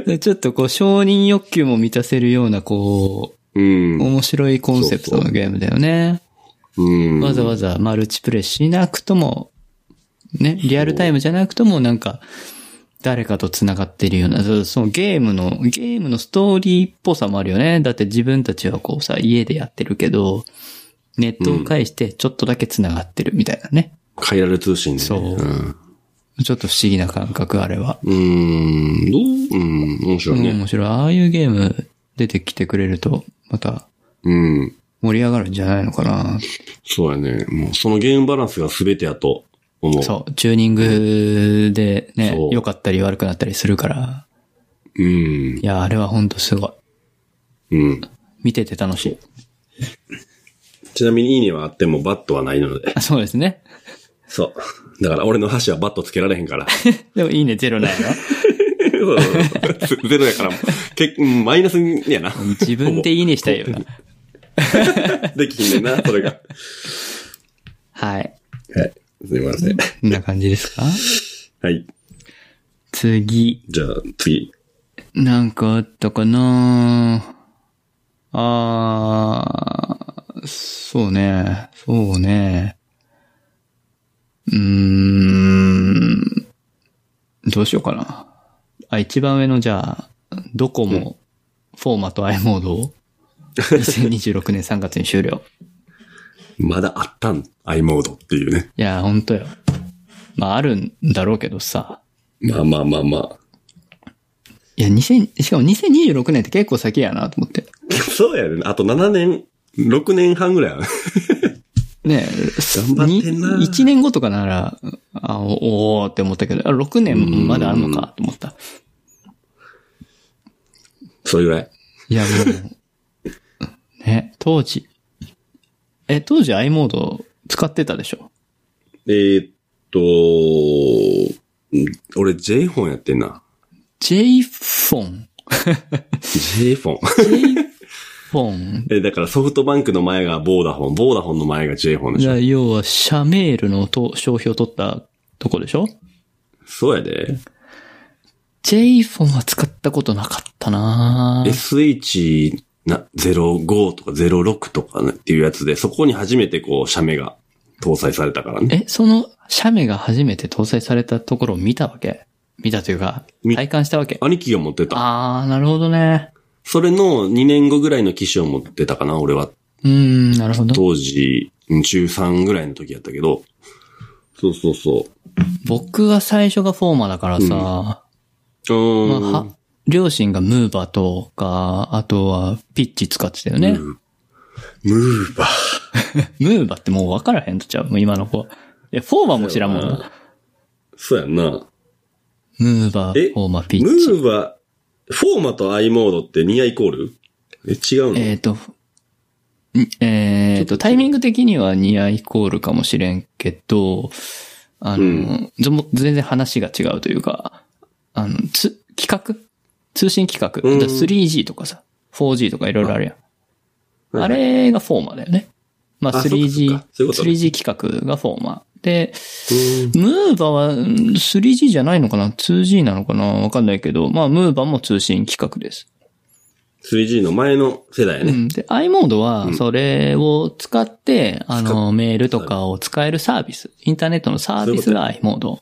Speaker 2: でちょっとこう、承認欲求も満たせるような、こ
Speaker 1: うん
Speaker 2: う、。面白いコンセプト
Speaker 1: そうそ
Speaker 2: のゲームだよね。
Speaker 1: うん。
Speaker 2: わざわざマルチプレイしなくとも、ね、リアルタイムじゃなくとも、なんか、誰かと繋がってるような、そうそのゲームの、ゲームのストーリーっぽさもあるよね。だって自分たちはこうさ、家でやってるけど、ネットを介してちょっとだけ繋がってるみたいなね。
Speaker 1: カイラル通信でね。
Speaker 2: そうんちょっと不思議な感覚、あれは。
Speaker 1: うーん、どううん、面白いね。
Speaker 2: 面白い。ああいうゲーム出てきてくれると、また
Speaker 1: うん。
Speaker 2: 盛り上がるんじゃないのかな。
Speaker 1: そうやね。もうそのゲームバランスが全てやと思う。
Speaker 2: そう、チューニングでね
Speaker 1: そ、う
Speaker 2: 良かったり悪くなったりするから。
Speaker 1: う。うん
Speaker 2: い。や、あれはほんとすごい。
Speaker 1: うん。
Speaker 2: 見てて楽しい。
Speaker 1: ちなみにいいにはあってもバットはないので。
Speaker 2: あそうですね。
Speaker 1: そう。だから俺の箸はバットつけられへん から。
Speaker 2: でもいいね、ゼ ロないの。
Speaker 1: そうゼロやから、結構マイナスやな。
Speaker 2: 自分でいいねしたいよな。
Speaker 1: できひんねんな、 それが。
Speaker 2: はい。
Speaker 1: はい。すみません。
Speaker 2: こんな感じですか
Speaker 1: はい。
Speaker 2: 次、
Speaker 1: じゃあ、次。
Speaker 2: なんかあったかなあー、そうね、そうね。うーん、どうしようかな。あ、一番上のじゃあ、ドコモ、フォーマと i モードを、2026年3月に終了。
Speaker 1: まだあったん ?i モードっていうね。
Speaker 2: いや、ほんとよ。まあ、あるんだろうけどさ。
Speaker 1: まあまあまあま
Speaker 2: いや、2000、しかも2026年って結構先やなと思って。
Speaker 1: あ。そうやね。あと7年、6年半ぐらいある。
Speaker 2: ね
Speaker 1: 頑張ってんな
Speaker 2: 1年後とかなら、あおおーって思ったけど、あ6年まだあるのかと思った。
Speaker 1: それぐらい。
Speaker 2: いや、もう、 ね、当時。え、当時 i モード使ってたでしょ
Speaker 1: えーっと、うん俺 J フォンやってんな。
Speaker 2: ?J フォン。
Speaker 1: J フォン。
Speaker 2: フォン。
Speaker 1: え、だからソフトバンクの前がボーダフォン、ボーダフォンの前が J フォンで
Speaker 2: じ
Speaker 1: し
Speaker 2: ゃあ
Speaker 1: ょ。
Speaker 2: 要は、シャメールのと商標取ったとこでしょ
Speaker 1: そうやで。
Speaker 2: ?J フォンは使ったことなかったなぁ
Speaker 1: SH な、05とか06とかねっていうやつで、そこに初めてこう、写メが搭載されたからね。
Speaker 2: え、その、シャメが初めて搭載されたところを見たわけ見たというか、
Speaker 1: み
Speaker 2: 体感したわけ
Speaker 1: 兄貴が持ってた。
Speaker 2: あー、なるほどね。
Speaker 1: それの2年後ぐらいの機種を持ってたかな、俺は。
Speaker 2: うーん、なるほど。
Speaker 1: 当時、うん中3ぐらいの時やったけど。そうそうそ
Speaker 2: 僕は最初がフォーマだからさ、
Speaker 1: う。うーん。
Speaker 2: まあは両親がムーバーとか、あとはピッチ使ってたよね。
Speaker 1: ムーバー。
Speaker 2: ムーバーってもう分からへんとちゃうもう今の子は。いや、フォーマも知らんもんな。
Speaker 1: そうやんな。
Speaker 2: ムーバ
Speaker 1: え
Speaker 2: ー、フォーマ、ピ
Speaker 1: ム
Speaker 2: ッチ。
Speaker 1: ーバー、フォーマと i モードってニアイコールえ、違うの、
Speaker 2: えっ、と、んえっ、と、タイミング的にはニアイコールかもしれんけど、あの、
Speaker 1: うん
Speaker 2: ずも全然話が違うというか、あの、つ、企画通信企画、
Speaker 1: うん
Speaker 2: だから 3G とかさ、4G とかいろいろあるやん。
Speaker 1: はい
Speaker 2: あれがフォーマだよね。まあ
Speaker 1: あそ
Speaker 2: 3G、
Speaker 1: っかそういうことね
Speaker 2: 3G 企画がフォーマ。で、
Speaker 1: うん
Speaker 2: ムーバーはうん 3G じゃないのかな ?2G なのかなわかんないけど、まあムーバーも通信企画です。
Speaker 1: 3G の前の世代や
Speaker 2: う
Speaker 1: ね。
Speaker 2: ん。で、i モードは、それを使って、あの、メールとかを使えるサービス。インターネットのサービスが i モード。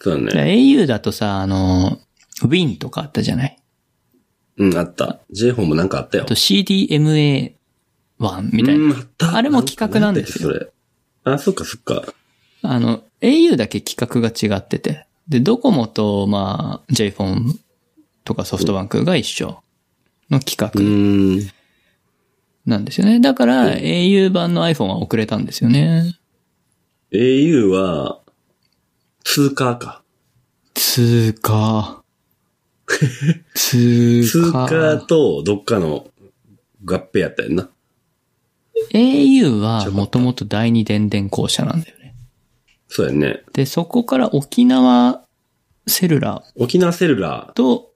Speaker 1: そうだ
Speaker 2: で
Speaker 1: ね。
Speaker 2: au だとさ、あの、win とかあったじゃない
Speaker 1: うん、あった。J フォンもなんかあったよ
Speaker 2: あと。cdma1 みたい
Speaker 1: うん、
Speaker 2: な。
Speaker 1: あった。
Speaker 2: あれも企画なんですよ
Speaker 1: かなんだっけそれ。あ、そっかそっか。
Speaker 2: あの、au だけ企画が違ってて。で、ドコモと、まあ、j フォンとかソフトバンクが一緒の企
Speaker 1: う
Speaker 2: 画
Speaker 1: ん。
Speaker 2: なんですよね。だから、au 版の iPhone は遅れたんですよね。
Speaker 1: au は、通貨か。
Speaker 2: 通貨。通
Speaker 1: 通
Speaker 2: 貨。
Speaker 1: 貨とどっかの合併やったやんな。
Speaker 2: au はもともと第二電電公社なんだよね。
Speaker 1: そうやんね。
Speaker 2: で、そこから沖縄セルラー
Speaker 1: 沖縄セルラー。
Speaker 2: と、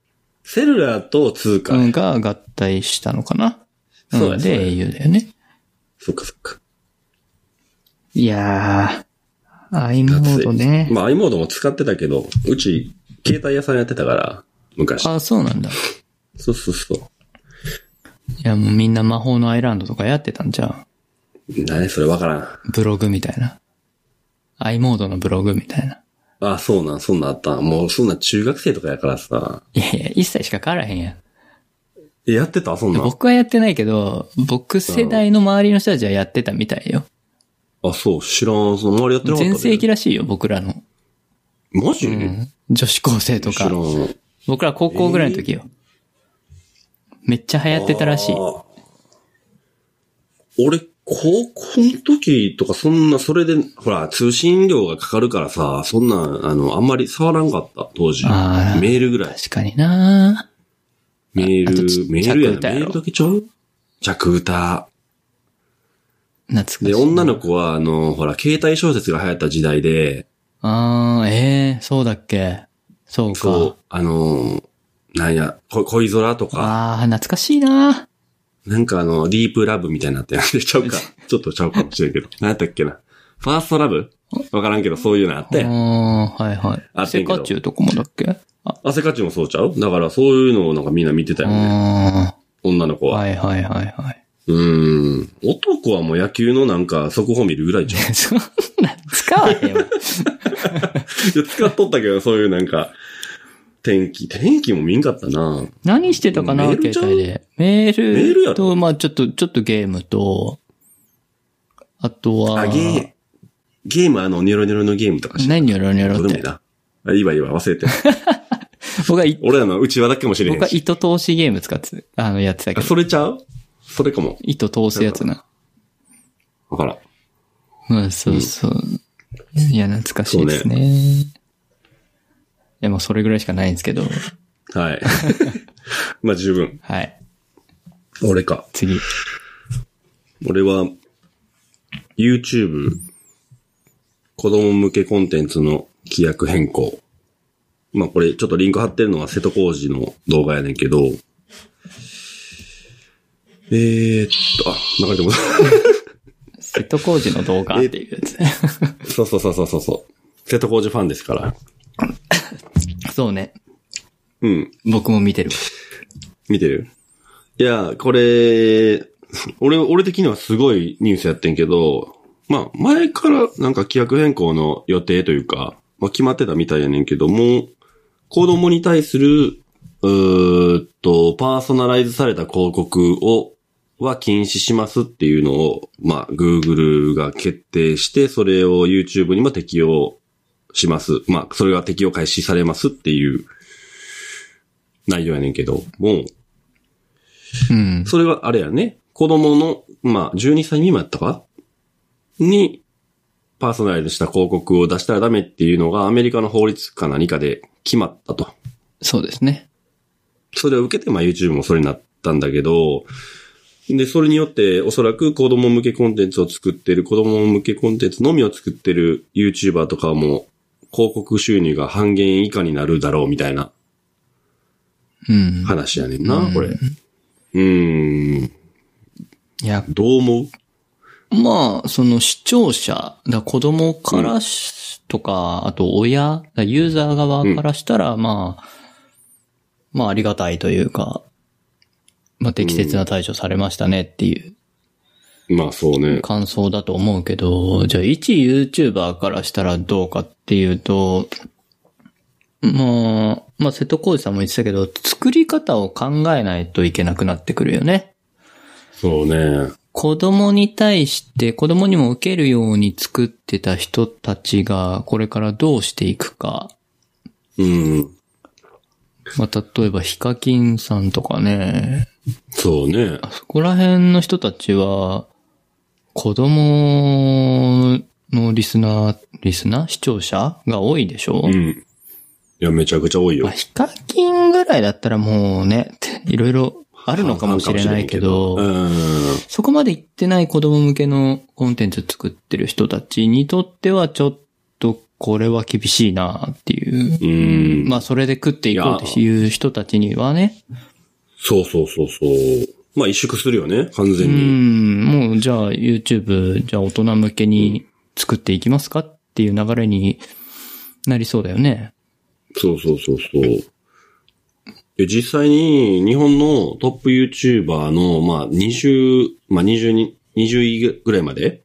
Speaker 1: セルラーと通貨。
Speaker 2: うん、が合体したのかな。
Speaker 1: そう
Speaker 2: な
Speaker 1: だ
Speaker 2: んで
Speaker 1: そう
Speaker 2: au だよね。
Speaker 1: そっかそっか。
Speaker 2: いやー、i モードね。
Speaker 1: まあ i モードも使ってたけど、うち、携帯屋さんやってたから、昔。
Speaker 2: あ、そうなんだ。
Speaker 1: そうそうそう。
Speaker 2: いや、もうみんな魔法のアイランドとかやってたんじゃん。
Speaker 1: 何それわからん。
Speaker 2: ブログみたいな。i モードのブログみたいな。
Speaker 1: あ、そうなん、そんなんあった。もうそんな中学生とかやからさ。
Speaker 2: いやいや、一切しか変わらへんやん。
Speaker 1: えやってたそんなん。
Speaker 2: 僕はやってないけど、僕世代の周りの人たちはやってたみたいよ。
Speaker 1: あ、そう、知らん。その周りやってなかったで。
Speaker 2: 全盛期らしいよ、僕らの。
Speaker 1: マジ、
Speaker 2: 女子高生と
Speaker 1: 知ら
Speaker 2: か。
Speaker 1: ん。
Speaker 2: 僕ら高校ぐらいの時よ。めっちゃ流行ってたらしい。
Speaker 1: あー俺、高校の時とかそんな、それで、ほら、通信料がかかるからさ、そんな、あの、あんまり触らんかった、当時。
Speaker 2: あー
Speaker 1: メールぐらい。
Speaker 2: 確かにな
Speaker 1: メ
Speaker 2: あと
Speaker 1: ー
Speaker 2: ち
Speaker 1: ル、メールや
Speaker 2: 着歌
Speaker 1: な。
Speaker 2: や
Speaker 1: メー
Speaker 2: ろ
Speaker 1: ルだけちゃう着歌。
Speaker 2: 懐かしい。
Speaker 1: で、女の子は、あの、ほら、携帯小説が流行った時代で、
Speaker 2: ああ、ええそうだっけそうか。
Speaker 1: そう、あの、なんや、こ恋空とか、
Speaker 2: ああ、懐かしいな
Speaker 1: なんかあの、ディープラブみたいになってやつちゃうか。 ちょっとちゃうかもしれんけど。なんやったっけな。ファーストラブわからんけど、そういうのあっ
Speaker 2: あ
Speaker 1: て。
Speaker 2: あ、はいはい。
Speaker 1: あってん
Speaker 2: セ
Speaker 1: けど
Speaker 2: カチュウとかもだっけあ、
Speaker 1: 汗かちもそうちゃうだからそういうのをなんかみんな見てたよね。
Speaker 2: あ
Speaker 1: 女の子
Speaker 2: あ、
Speaker 1: は。
Speaker 2: はいはいはいはい。
Speaker 1: うーん。男はもう野球のなんか速報見るぐらいじ ゃん。
Speaker 2: そんな、使わへん
Speaker 1: い
Speaker 2: わ。
Speaker 1: や使っとったけど、そういうなんか、天気、天気も見んかったな
Speaker 2: 何してたかな
Speaker 1: メール
Speaker 2: 携
Speaker 1: ちゃう
Speaker 2: 帯で。メール
Speaker 1: メールやろ
Speaker 2: と、まあちょっと、ちょっとゲームと、あとは、
Speaker 1: あ、ゲー、ゲームあの、ニョロニョロのゲームとかして
Speaker 2: 何ニョロニョ
Speaker 1: ど
Speaker 2: ロ
Speaker 1: う
Speaker 2: っ
Speaker 1: でもいい
Speaker 2: て。
Speaker 1: な。あいいわいいわ、忘れ て。
Speaker 2: 僕は糸、
Speaker 1: 俺らのうちわだけかもしれへ
Speaker 2: 僕
Speaker 1: ん
Speaker 2: は
Speaker 1: し。
Speaker 2: 糸通しゲーム使ってた、あの、やってたけ
Speaker 1: あ
Speaker 2: ど。
Speaker 1: それちゃうそれかも。
Speaker 2: 糸通すやつな。
Speaker 1: わからん。
Speaker 2: うん、そうそう。いや、懐かしいですね。いや、もうそれぐらいしかないんですけど。
Speaker 1: はい。まあ十分。
Speaker 2: はい。
Speaker 1: 俺か。
Speaker 2: 次。
Speaker 1: 俺は、YouTube、子供向けコンテンツの規約変更。まあこれ、ちょっとリンク貼ってるのは瀬戸康二の動画やねんけど、えー、っと、あ、流れても
Speaker 2: 瀬戸康二の動画っていうやつ。
Speaker 1: そう そうそうそうそうそう。瀬戸康二ファンですから。
Speaker 2: そうね。
Speaker 1: うん。
Speaker 2: 僕も見てるわ。
Speaker 1: 見てるいや、これ、俺、俺的にはすごいニュースやってんけど、まあ、前からなんか規約変更の予定というか、まあ決まってたみたいやねんけども、子供に対する、うーっと、パーソナライズされた広告を、は禁止しますっていうのを、まあ、Google が決定して、それを YouTube にも適用します。まあ、それが適用開始されますっていう内容やねんけど、もう、
Speaker 2: うん。
Speaker 1: それはあれやね。子供の、まあ、12歳未満やったかに、パーソナライズした広告を出したらダメっていうのがアメリカの法律か何かで決まったと。
Speaker 2: そうですね。
Speaker 1: それを受けて、まあ YouTube もそれになったんだけど、で、それによって、おそらく子供向けコンテンツを作ってる、子供向けコンテンツのみを作ってる YouTuber とかも、広告収入が半減以下になるだろうみたいな
Speaker 2: うん。
Speaker 1: 話やねんな、
Speaker 2: うん
Speaker 1: これ。うーん。
Speaker 2: いや、
Speaker 1: どう思う
Speaker 2: まあ、その視聴者、だ子供からし、とか、あと親、だユーザー側からしたら、まあ、まあありがたいというか、まあ適切な対処されましたねっていう
Speaker 1: まあそうね。
Speaker 2: 感想だと思うけど、じゃあ一 YouTuber からしたらどうかっていうと、まあ、まあ瀬戸康史さんも言ってたけど、作り方を考えないといけなくなってくるよね。
Speaker 1: そうね。
Speaker 2: 子供に対して、子供にも受けるように作ってた人たちが、これからどうしていくか。
Speaker 1: うん。
Speaker 2: まあ、例えば、ヒカキンさんとかね、
Speaker 1: そうね。
Speaker 2: そこら辺の人たちは、子供のリスナー、リスナー視聴者が多いでしょ、
Speaker 1: うん。いや、めちゃくちゃ多いよ
Speaker 2: まあ、。ヒカキンぐらいだったらもうね、 いろいろあるのかもしれないけど、
Speaker 1: うん。
Speaker 2: そこまで行ってない子供向けのコンテンツ作ってる人たちにとってはちょっとこれは厳しいなっていう。
Speaker 1: うん。
Speaker 2: まあそれで食っていこうっていう人たちにはね。
Speaker 1: そうそうそうそう。まあ、萎縮するよね、完
Speaker 2: う
Speaker 1: 全に。
Speaker 2: ん、もうじゃあ YouTube、じゃあ大人向けに作っていきますかっていう流れになりそうだよね。
Speaker 1: そうそうそうそう。で実際に、日本のトップ YouTuber の、まあ、20、まあ、20に、20位ぐらいまで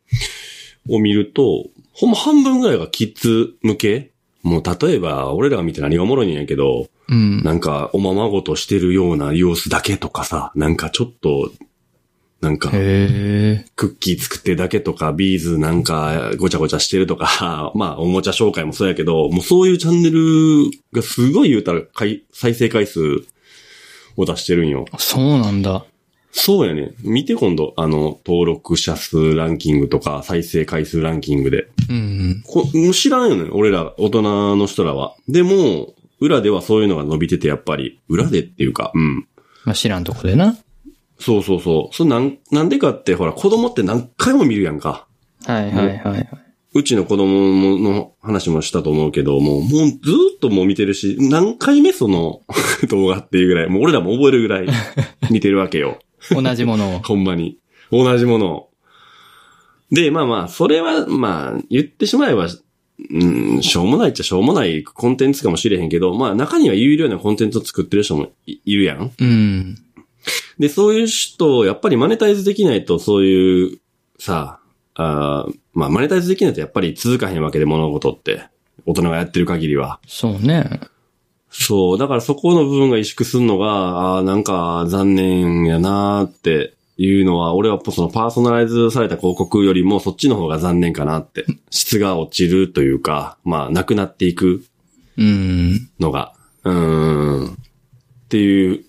Speaker 1: を見ると、ほんま半分ぐらいがキッズ向け。もう、例えば、俺らが見て何がおもろいんやけど、
Speaker 2: うん。
Speaker 1: なんか、おままごとしてるような様子だけとかさ、なんかちょっと、なんか、
Speaker 2: へえ。
Speaker 1: クッキー作ってるだけとか、ビーズなんかごちゃごちゃしてるとか、 まあ、おもちゃ紹介もそうやけど、もうそういうチャンネルがすごい言うたら、回再生回数を出してるんよ。
Speaker 2: そうなんだ。
Speaker 1: そうやね。見て今度、あの、登録者数ランキングとか、再生回数ランキングで。
Speaker 2: うん。
Speaker 1: こもう知らんよね、俺ら、大人の人らは。でも、裏ではそういうのが伸びてて、やっぱり、裏でっていうか、うん。
Speaker 2: まあ、知らんとこでな。
Speaker 1: そうそうそう。それなん、なんでかって、ほら、子供って何回も見るやんか。
Speaker 2: はいはいはい。
Speaker 1: うちの子供の話もしたと思うけど、もう、もうずーっともう見てるし、何回目その 動画っていうぐらい、もう俺らも覚えるぐらい見てるわけよ。
Speaker 2: 同じものを。
Speaker 1: ほんまに。同じものを。で、まあまあ、それは、まあ、言ってしまえば、うん、しょうもないっちゃしょうもないコンテンツかもしれへんけど、まあ中には有料なコンテンツを作ってる人もいいるやん。
Speaker 2: うん。
Speaker 1: で、そういう人をやっぱりマネタイズできないと、そういう、さあ、ーまあマネタイズできないとやっぱり続かへんわけで物事って。大人がやってる限りは。
Speaker 2: そうね。
Speaker 1: そう。だからそこの部分が萎縮するのが、あーなんか残念やなーっていうのは、俺はそのパーソナライズされた広告よりもそっちの方が残念かなって。質が落ちるというか、まあなくなっていく
Speaker 2: うん。
Speaker 1: のが。うーん。っていう、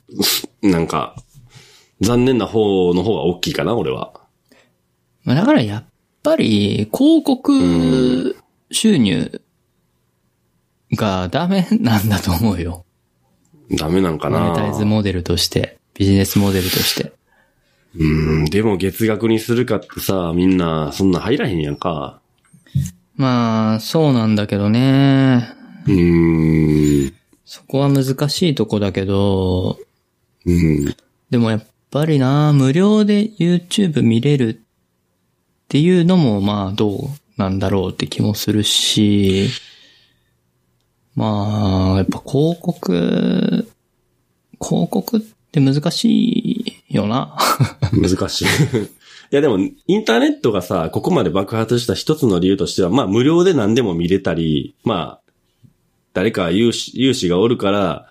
Speaker 1: なんか、残念な方の方が大きいかな、俺は。
Speaker 2: まあ、だからやっぱり、広告収入がダメなんだと思うよ。
Speaker 1: ダメなんかな。
Speaker 2: マネタイズモデルとして、ビジネスモデルとして。
Speaker 1: うん、でも月額にするかってさ、みんな、そんな入らへんやんか。
Speaker 2: まあ、そうなんだけどね。
Speaker 1: うーん。
Speaker 2: そこは難しいとこだけど、
Speaker 1: うん。
Speaker 2: でもやっぱりな、無料で YouTube 見れるっていうのもまあどうなんだろうって気もするし、まあ、やっぱ広告、広告って難しいよな。
Speaker 1: 難しい。いやでも、インターネットがさ、ここまで爆発した一つの理由としては、まあ無料で何でも見れたり、まあ、誰か有志、有志がおるから、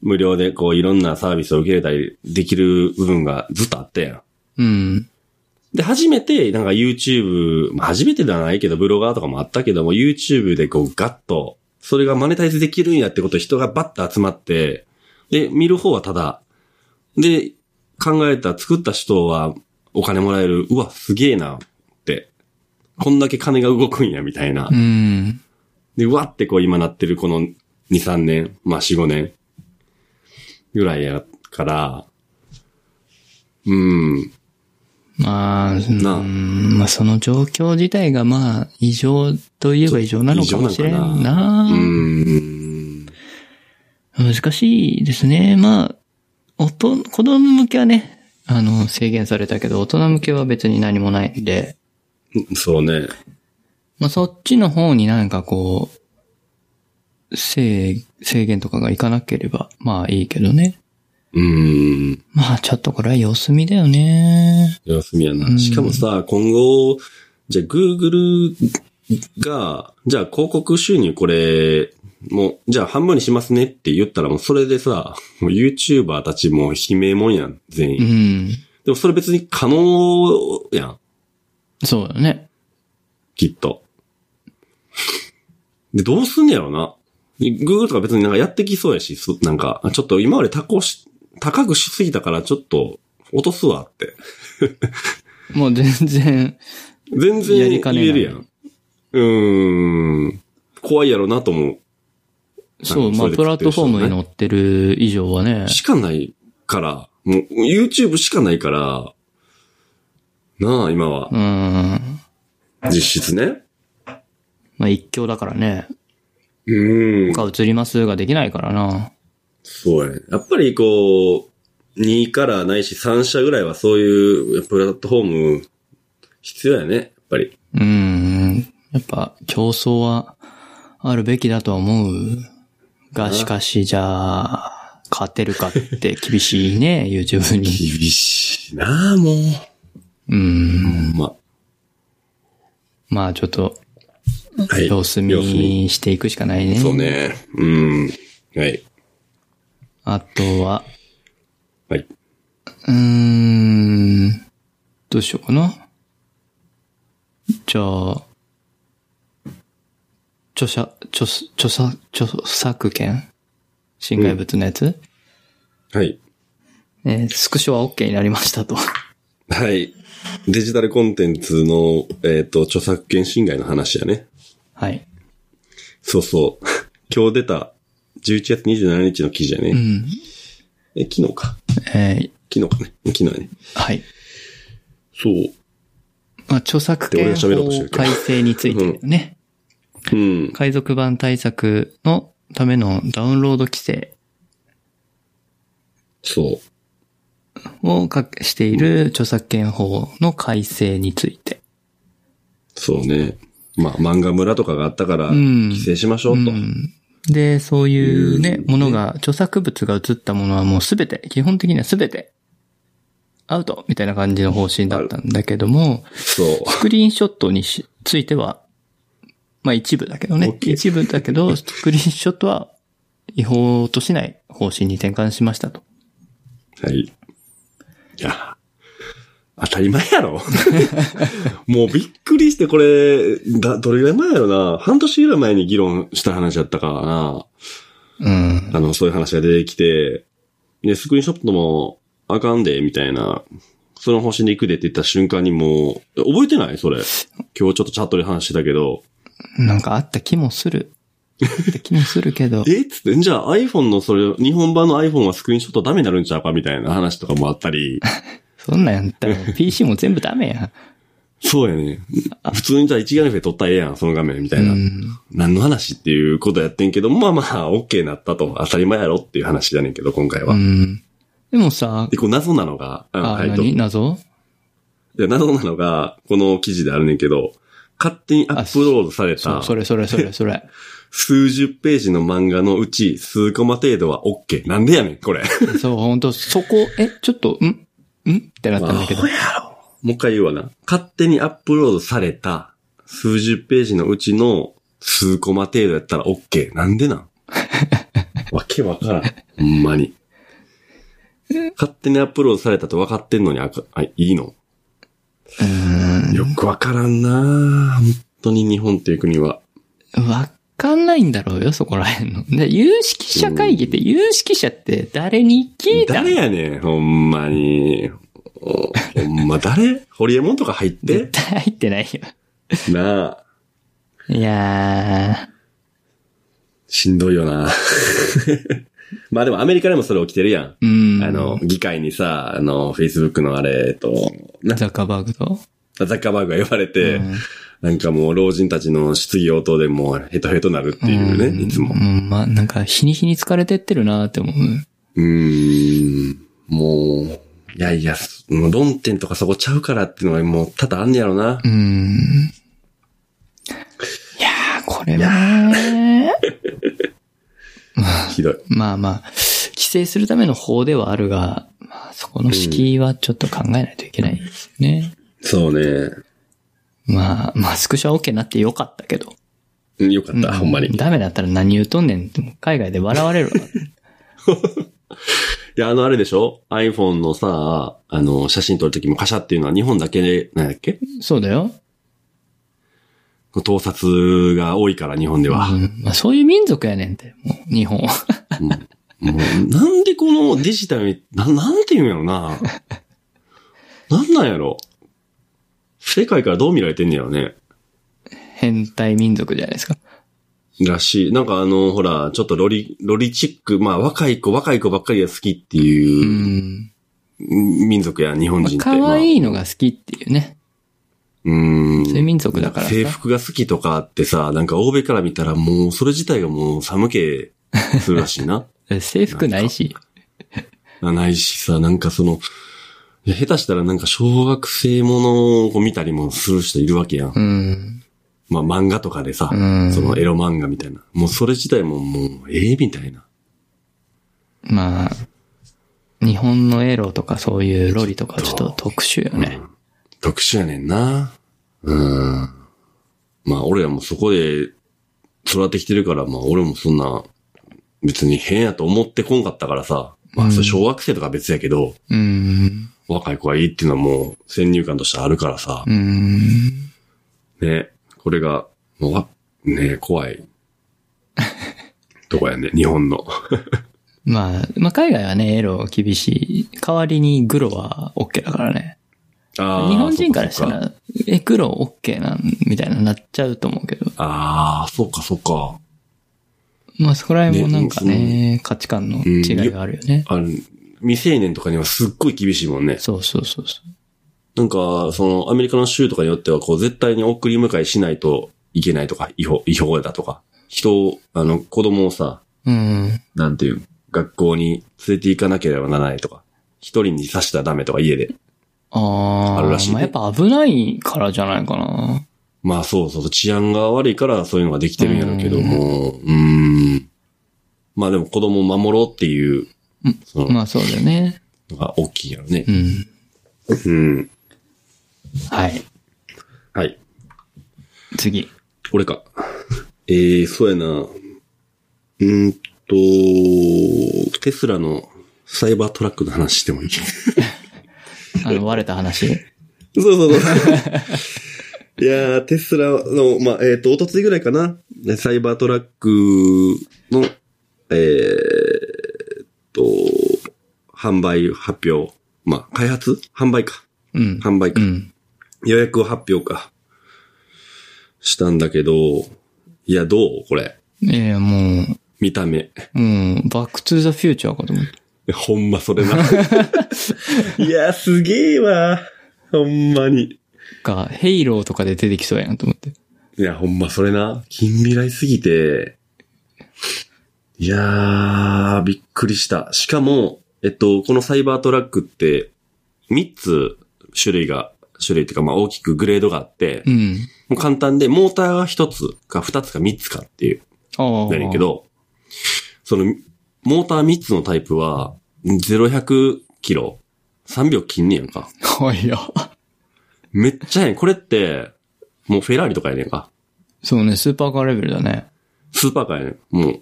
Speaker 1: 無料でこういろんなサービスを受けれたりできる部分がずっとあったやん。
Speaker 2: うん。
Speaker 1: で、初めて、なんか YouTube、まあ初めてではないけど、ブロガーとかもあったけども、YouTube でこうガッと、それがマネタイズできるんやってこと人がバッと集まって、で、見る方はただ、で、考えた、作った人はお金もらえる、うわ、すげえな、って。こんだけ金が動くんや、みたいな
Speaker 2: う。ん。
Speaker 1: で、うわってこう今なってるこの2、3年、まあ4、5年ぐらいやから、うん、
Speaker 2: まあ、うん
Speaker 1: なあ
Speaker 2: まあその状況自体がまあ異常といえば異常なのかもしれ
Speaker 1: 異
Speaker 2: ん
Speaker 1: 常なのか
Speaker 2: な。
Speaker 1: うん。
Speaker 2: 難しいですね。まあ、おと、子供向けはね、あの、制限されたけど、大人向けは別に何もないんで、
Speaker 1: そうね。
Speaker 2: まあそっちの方になんかこう、制、制限とかがいかなければ、まあいいけどね。
Speaker 1: うーん。
Speaker 2: まあちょっとこれは様子見だよね。
Speaker 1: 休みや
Speaker 2: う
Speaker 1: な。
Speaker 2: ん
Speaker 1: しかもさ、今後、じゃあ Google が、じゃあ広告収入これ、もう、じゃあ半分にしますねって言ったらもうそれでさ、もう YouTuber たちも悲鳴もんやん、全員。
Speaker 2: うん。
Speaker 1: でもそれ別に可能やん、
Speaker 2: そうだね。
Speaker 1: きっと。で、どうすんねやろな。Google とか別になんかやってきそうやし、そなんか、あちょっと今まで高し、高くしすぎたからちょっと落とすわって。
Speaker 2: もう全 然、
Speaker 1: 全然
Speaker 2: や
Speaker 1: 言
Speaker 2: りかねない
Speaker 1: えるやん。うーん。怖いやろなと思
Speaker 2: そう、まあ
Speaker 1: それで
Speaker 2: プラットフォームに乗ってる以上はね
Speaker 1: う。。しかないから、もう YouTube しかないから、なあ、今は
Speaker 2: う。ん。
Speaker 1: 実質ね。
Speaker 2: まあ一強だからね。
Speaker 1: うーん。
Speaker 2: 他映りますができないからな。
Speaker 1: そうやね。やっぱりこう、2からないし3社ぐらいはそういうプラットフォーム必要やね。やっぱり。
Speaker 2: うん。やっぱ競争はあるべきだとは思う。が、しかし、じゃあ、勝てるかって厳しいね、YouTube に。
Speaker 1: 厳しいなあ、もう。
Speaker 2: うん。
Speaker 1: ほんま。
Speaker 2: まあちょっと、
Speaker 1: はい。
Speaker 2: 様子
Speaker 1: 様子見
Speaker 2: 見していくしかないね。
Speaker 1: そう。ね。うん。はい。
Speaker 2: あとは、
Speaker 1: はい。
Speaker 2: うーん。どうしようかな。じゃあ、著者、著す、著作、著作権侵害物のやつ、
Speaker 1: はい。
Speaker 2: えースクショは OK になりましたと。
Speaker 1: はい。デジタルコンテンツの、えっ、と、著作権侵害の話やね。
Speaker 2: はい。
Speaker 1: そうそう。 今日出た11月27日の記事やね。
Speaker 2: うん。
Speaker 1: え、昨日か。
Speaker 2: えー
Speaker 1: 昨日かね。昨日やね。
Speaker 2: はい。
Speaker 1: そう。
Speaker 2: まあ、著作
Speaker 1: 俺
Speaker 2: 権
Speaker 1: が喋ろうとしてる
Speaker 2: 法
Speaker 1: けど
Speaker 2: 改正についてね、
Speaker 1: うん。
Speaker 2: 海賊版対策のためのダウンロード規制
Speaker 1: そう。
Speaker 2: をかけしている著作権法の改正について。
Speaker 1: そうね。まあ、漫画村とかがあったから、
Speaker 2: ん
Speaker 1: 規制しましょうと。
Speaker 2: うんで、そういう
Speaker 1: い
Speaker 2: ね、
Speaker 1: うね
Speaker 2: ものが、著作物が映ったものはもうすべて、基本的にはすべて、アウトみたいな感じの方針だったんだけども、
Speaker 1: そう。
Speaker 2: スクリーンショットにしついては、まあ一部だけどね。
Speaker 1: OK
Speaker 2: 一部だけ ど、スクリーンショットは違法としない方針に転換しましたと。
Speaker 1: はい。いや、当たり前や ろ。もうびっくりして、これ、だ、どれぐらい前やろな。半年ぐらい前に議論した話やったからな。
Speaker 2: うん。
Speaker 1: あの、そういう話が出てきて、で、スクリーンショットもあかんで、みたいな。その方針で行くでって言った瞬間にもう、覚えてないそれ。今日ちょっとチャットで話してたけど。。
Speaker 2: なんかあった気もする。あった気もするけど
Speaker 1: えっつって、じゃあ iPhone のそれ、日本版の iPhone はスクリーンショットダメになるんちゃうかみたいな話とかもあった り。
Speaker 2: そんなんやったら PC も全部ダメや。
Speaker 1: そうやね。普通にじゃあ一眼レフで撮ったらええやん、その画面みたいな。
Speaker 2: うん。
Speaker 1: 何の話っていうことやってんけど、まあまあ、OK なったと、当たり前やろっていう話だねんけど、今回は。
Speaker 2: うん。でもさ、
Speaker 1: で、こう謎なのが、うん
Speaker 2: あ、
Speaker 1: はいと
Speaker 2: 何謎
Speaker 1: で謎なのが、この記事であるねんけど、勝手にアップロードされ
Speaker 2: そう、
Speaker 1: た
Speaker 2: それそれそれそ れ。
Speaker 1: 数十ページの漫画のうち数コマ程度は OK。なんでやねん、これ。
Speaker 2: そう、本当そこ、え、ちょっと、んんってなったんだけど
Speaker 1: アホ。やろもう一回言うわな。勝手にアップロードされた数十ページのうちの数コマ程度やったら OK。なんでなん わけわからん。ほんまに。勝手にアップロードされたと分かってんのにあかあいいの
Speaker 2: うん。
Speaker 1: よくわからんな本当に日本っていう国は。
Speaker 2: わかんないんだろうよ、そこら辺の。で、有識者会議って、有識者って誰に聞いた
Speaker 1: 誰やねん、ほんまに。おほんま誰ホリエモンとか入って
Speaker 2: 絶対入ってないよ。
Speaker 1: なあ。
Speaker 2: いや
Speaker 1: しんどいよな まあでもアメリカでもそれ起きてるやん。
Speaker 2: ー。うん。
Speaker 1: あの、、議会にさ、あの、Facebook のあれ、えっと、な
Speaker 2: ザッカーバーグと。
Speaker 1: ザッカーバーグが言われて、
Speaker 2: うん
Speaker 1: なんかもう老人たちの質疑応答でもうヘトヘトなるっていうね、いつも
Speaker 2: う。ん、まあ、なんか、日に日に疲れてってるなーって思う。
Speaker 1: うーん、もう、いやいや、もう論点とかそこちゃうからっていうのがもう多々あんねやろな
Speaker 2: う。ん。いやー、これはね
Speaker 1: ひどい。
Speaker 2: まあまあ、規制するための法ではあるが、まあ、そこの敷居はちょっと考えないといけないですよね。
Speaker 1: そうね。
Speaker 2: まあ、まあ、スクショは OK になってよかったけど。
Speaker 1: うんよかった、ほんまに。い
Speaker 2: ダメだったら何言うとんねんって、海外で笑われ るわ。
Speaker 1: や、あのあれでしょ ?iPhone のさ、あの、写真撮るときもカシャっていうのは日本だけで、なんだっけ
Speaker 2: そうだよ。
Speaker 1: 盗撮が多いから、日本では。
Speaker 2: うんまあ、そういう民族やねんって、もう、日本 は。
Speaker 1: もう、なんでこのデジタルに、な、なんて言うんやろ な。なんなんやろ。世界からどう見られてんねやろね。
Speaker 2: 変態民族じゃないですか。
Speaker 1: らしい。なんかあの、ほら、ちょっとロリ、ロリチック、まあ若い子、若い子ばっかりが好きって
Speaker 2: う。
Speaker 1: いうん民族や、日本
Speaker 2: まあ
Speaker 1: 人って。
Speaker 2: 可愛
Speaker 1: い。
Speaker 2: いのが好きっていうね。
Speaker 1: うん。
Speaker 2: そういう民族だからさ。
Speaker 1: 制服が好きとかってさ、なんか欧米から見たらもうそれ自体がもう寒気するらしい な。
Speaker 2: 制服ないし。
Speaker 1: がないしさ、なんかその、いや下手したらなんか小学生ものをこう見たりもする人いるわけやん。
Speaker 2: うん。
Speaker 1: まあ漫画とかでさ、
Speaker 2: うん
Speaker 1: そのエロ漫画みたいな。もうそれ自体ももう、ええみたいな。
Speaker 2: まあ、日本のエロとかそういうロリとかちょっと特殊よね。
Speaker 1: 特殊やねんな。うん。まあ俺らもそこで育ってきてるから、まあ俺もそんな、別に変やと思ってこんかったからさ。まあそれ小学生とかは別やけど、
Speaker 2: うん。
Speaker 1: 若い子はいいっていうのはもう先入観としてあるからさ。
Speaker 2: うん。
Speaker 1: ね、これが、 もうわ、ね、怖い。とこやね、日本の。
Speaker 2: まあ、まあ海外はね、エロ厳しい。代わりにグロは OK だからね。
Speaker 1: あー
Speaker 2: 日本人からした。
Speaker 1: そっそっ
Speaker 2: ら、え、グロ OK なん、みたいななっちゃうと思うけど。
Speaker 1: ああ、そうか、そうか。
Speaker 2: まあそこら辺もなんか
Speaker 1: ね
Speaker 2: ね、価値観の違いがあるよね。
Speaker 1: あの、未成年とかにはすっごい厳しいもんね。
Speaker 2: そうそうそうそう。
Speaker 1: なんか、その、アメリカの州とかによっては、こう、絶対に送り迎えしないといけないとか、違法、違法だとか、人を、あの、子供をさ、
Speaker 2: うん。
Speaker 1: なんていう、学校に連れて行かなければならないとか、一人に刺したらダメとか、家で。
Speaker 2: あ
Speaker 1: あるらしい
Speaker 2: ー、
Speaker 1: ね
Speaker 2: まあやっぱ危ないからじゃないかな。
Speaker 1: まあそうそうそう、治安が悪いからそういうのができてるんやろうけど
Speaker 2: うん
Speaker 1: も、うーん。まあでも子供を守ろうっていう
Speaker 2: うん、
Speaker 1: その、
Speaker 2: まあそうだよね。
Speaker 1: のが大きいんやろね
Speaker 2: う。ん。
Speaker 1: うん。
Speaker 2: はい。
Speaker 1: はい。
Speaker 2: 次。
Speaker 1: 俺か。えー、そうやな。うーんと、テスラのサイバートラックの話してもいいそ
Speaker 2: あの、割れた話。
Speaker 1: うそうそう。 いやー、テスラの、まあ、えっ、と、おとついぐらいかな。ねサイバートラックの、えーっと、販売発表。まあ、開発販売か。
Speaker 2: うん。
Speaker 1: 販売
Speaker 2: う
Speaker 1: か。
Speaker 2: ん。
Speaker 1: 予約発表か。したんだけど、いや、どうこれ。
Speaker 2: いやいや、もう、
Speaker 1: 見た目。
Speaker 2: うん、バックトゥーザフューチャーかと思った。
Speaker 1: ほんまそ れな。いや、すげえわ。ほんまに。
Speaker 2: か、ヘイローとかで出てきそうやんと思って。
Speaker 1: いや、ほんまそれな。近未来すぎて。いやー、びっくりした。しかも、えっと、このサイバートラックって、3つ種類が、種類っていうか、まあ大きくグレードがあって、
Speaker 2: うん。
Speaker 1: もう簡単で、モーターが1つか2つか3つかっていう。
Speaker 2: ああ。
Speaker 1: なんやけ。ど、その、モーター3つのタイプは、0、100キロ、3秒切んねやんか。
Speaker 2: はいや。
Speaker 1: めっちゃええねんこれって、もうフェラーリとかやねんか。
Speaker 2: そうね、スーパーカーレベルだね。
Speaker 1: スーパーカーやねん。も。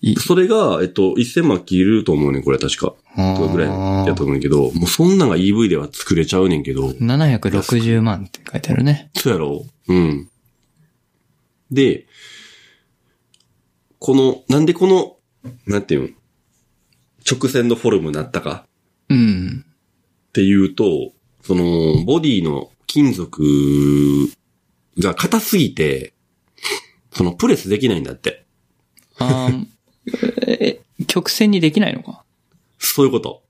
Speaker 2: いう
Speaker 1: それが、えっと、1000万切ると思うねん、これ確か。
Speaker 2: あ
Speaker 1: とかぐらいやと思うねんけど、もうそんなんが EV では作れちゃうねんけど、
Speaker 2: 760万って書いてあるね。
Speaker 1: そうやろうん。で、この、なんでこの、なんていうん、直線のフォルムになったか。
Speaker 2: うん。
Speaker 1: っていうと、その、ボディの金属が硬すぎて、そのプレスできないんだって。
Speaker 2: あー え、曲線にできないの か。
Speaker 1: そういうこと。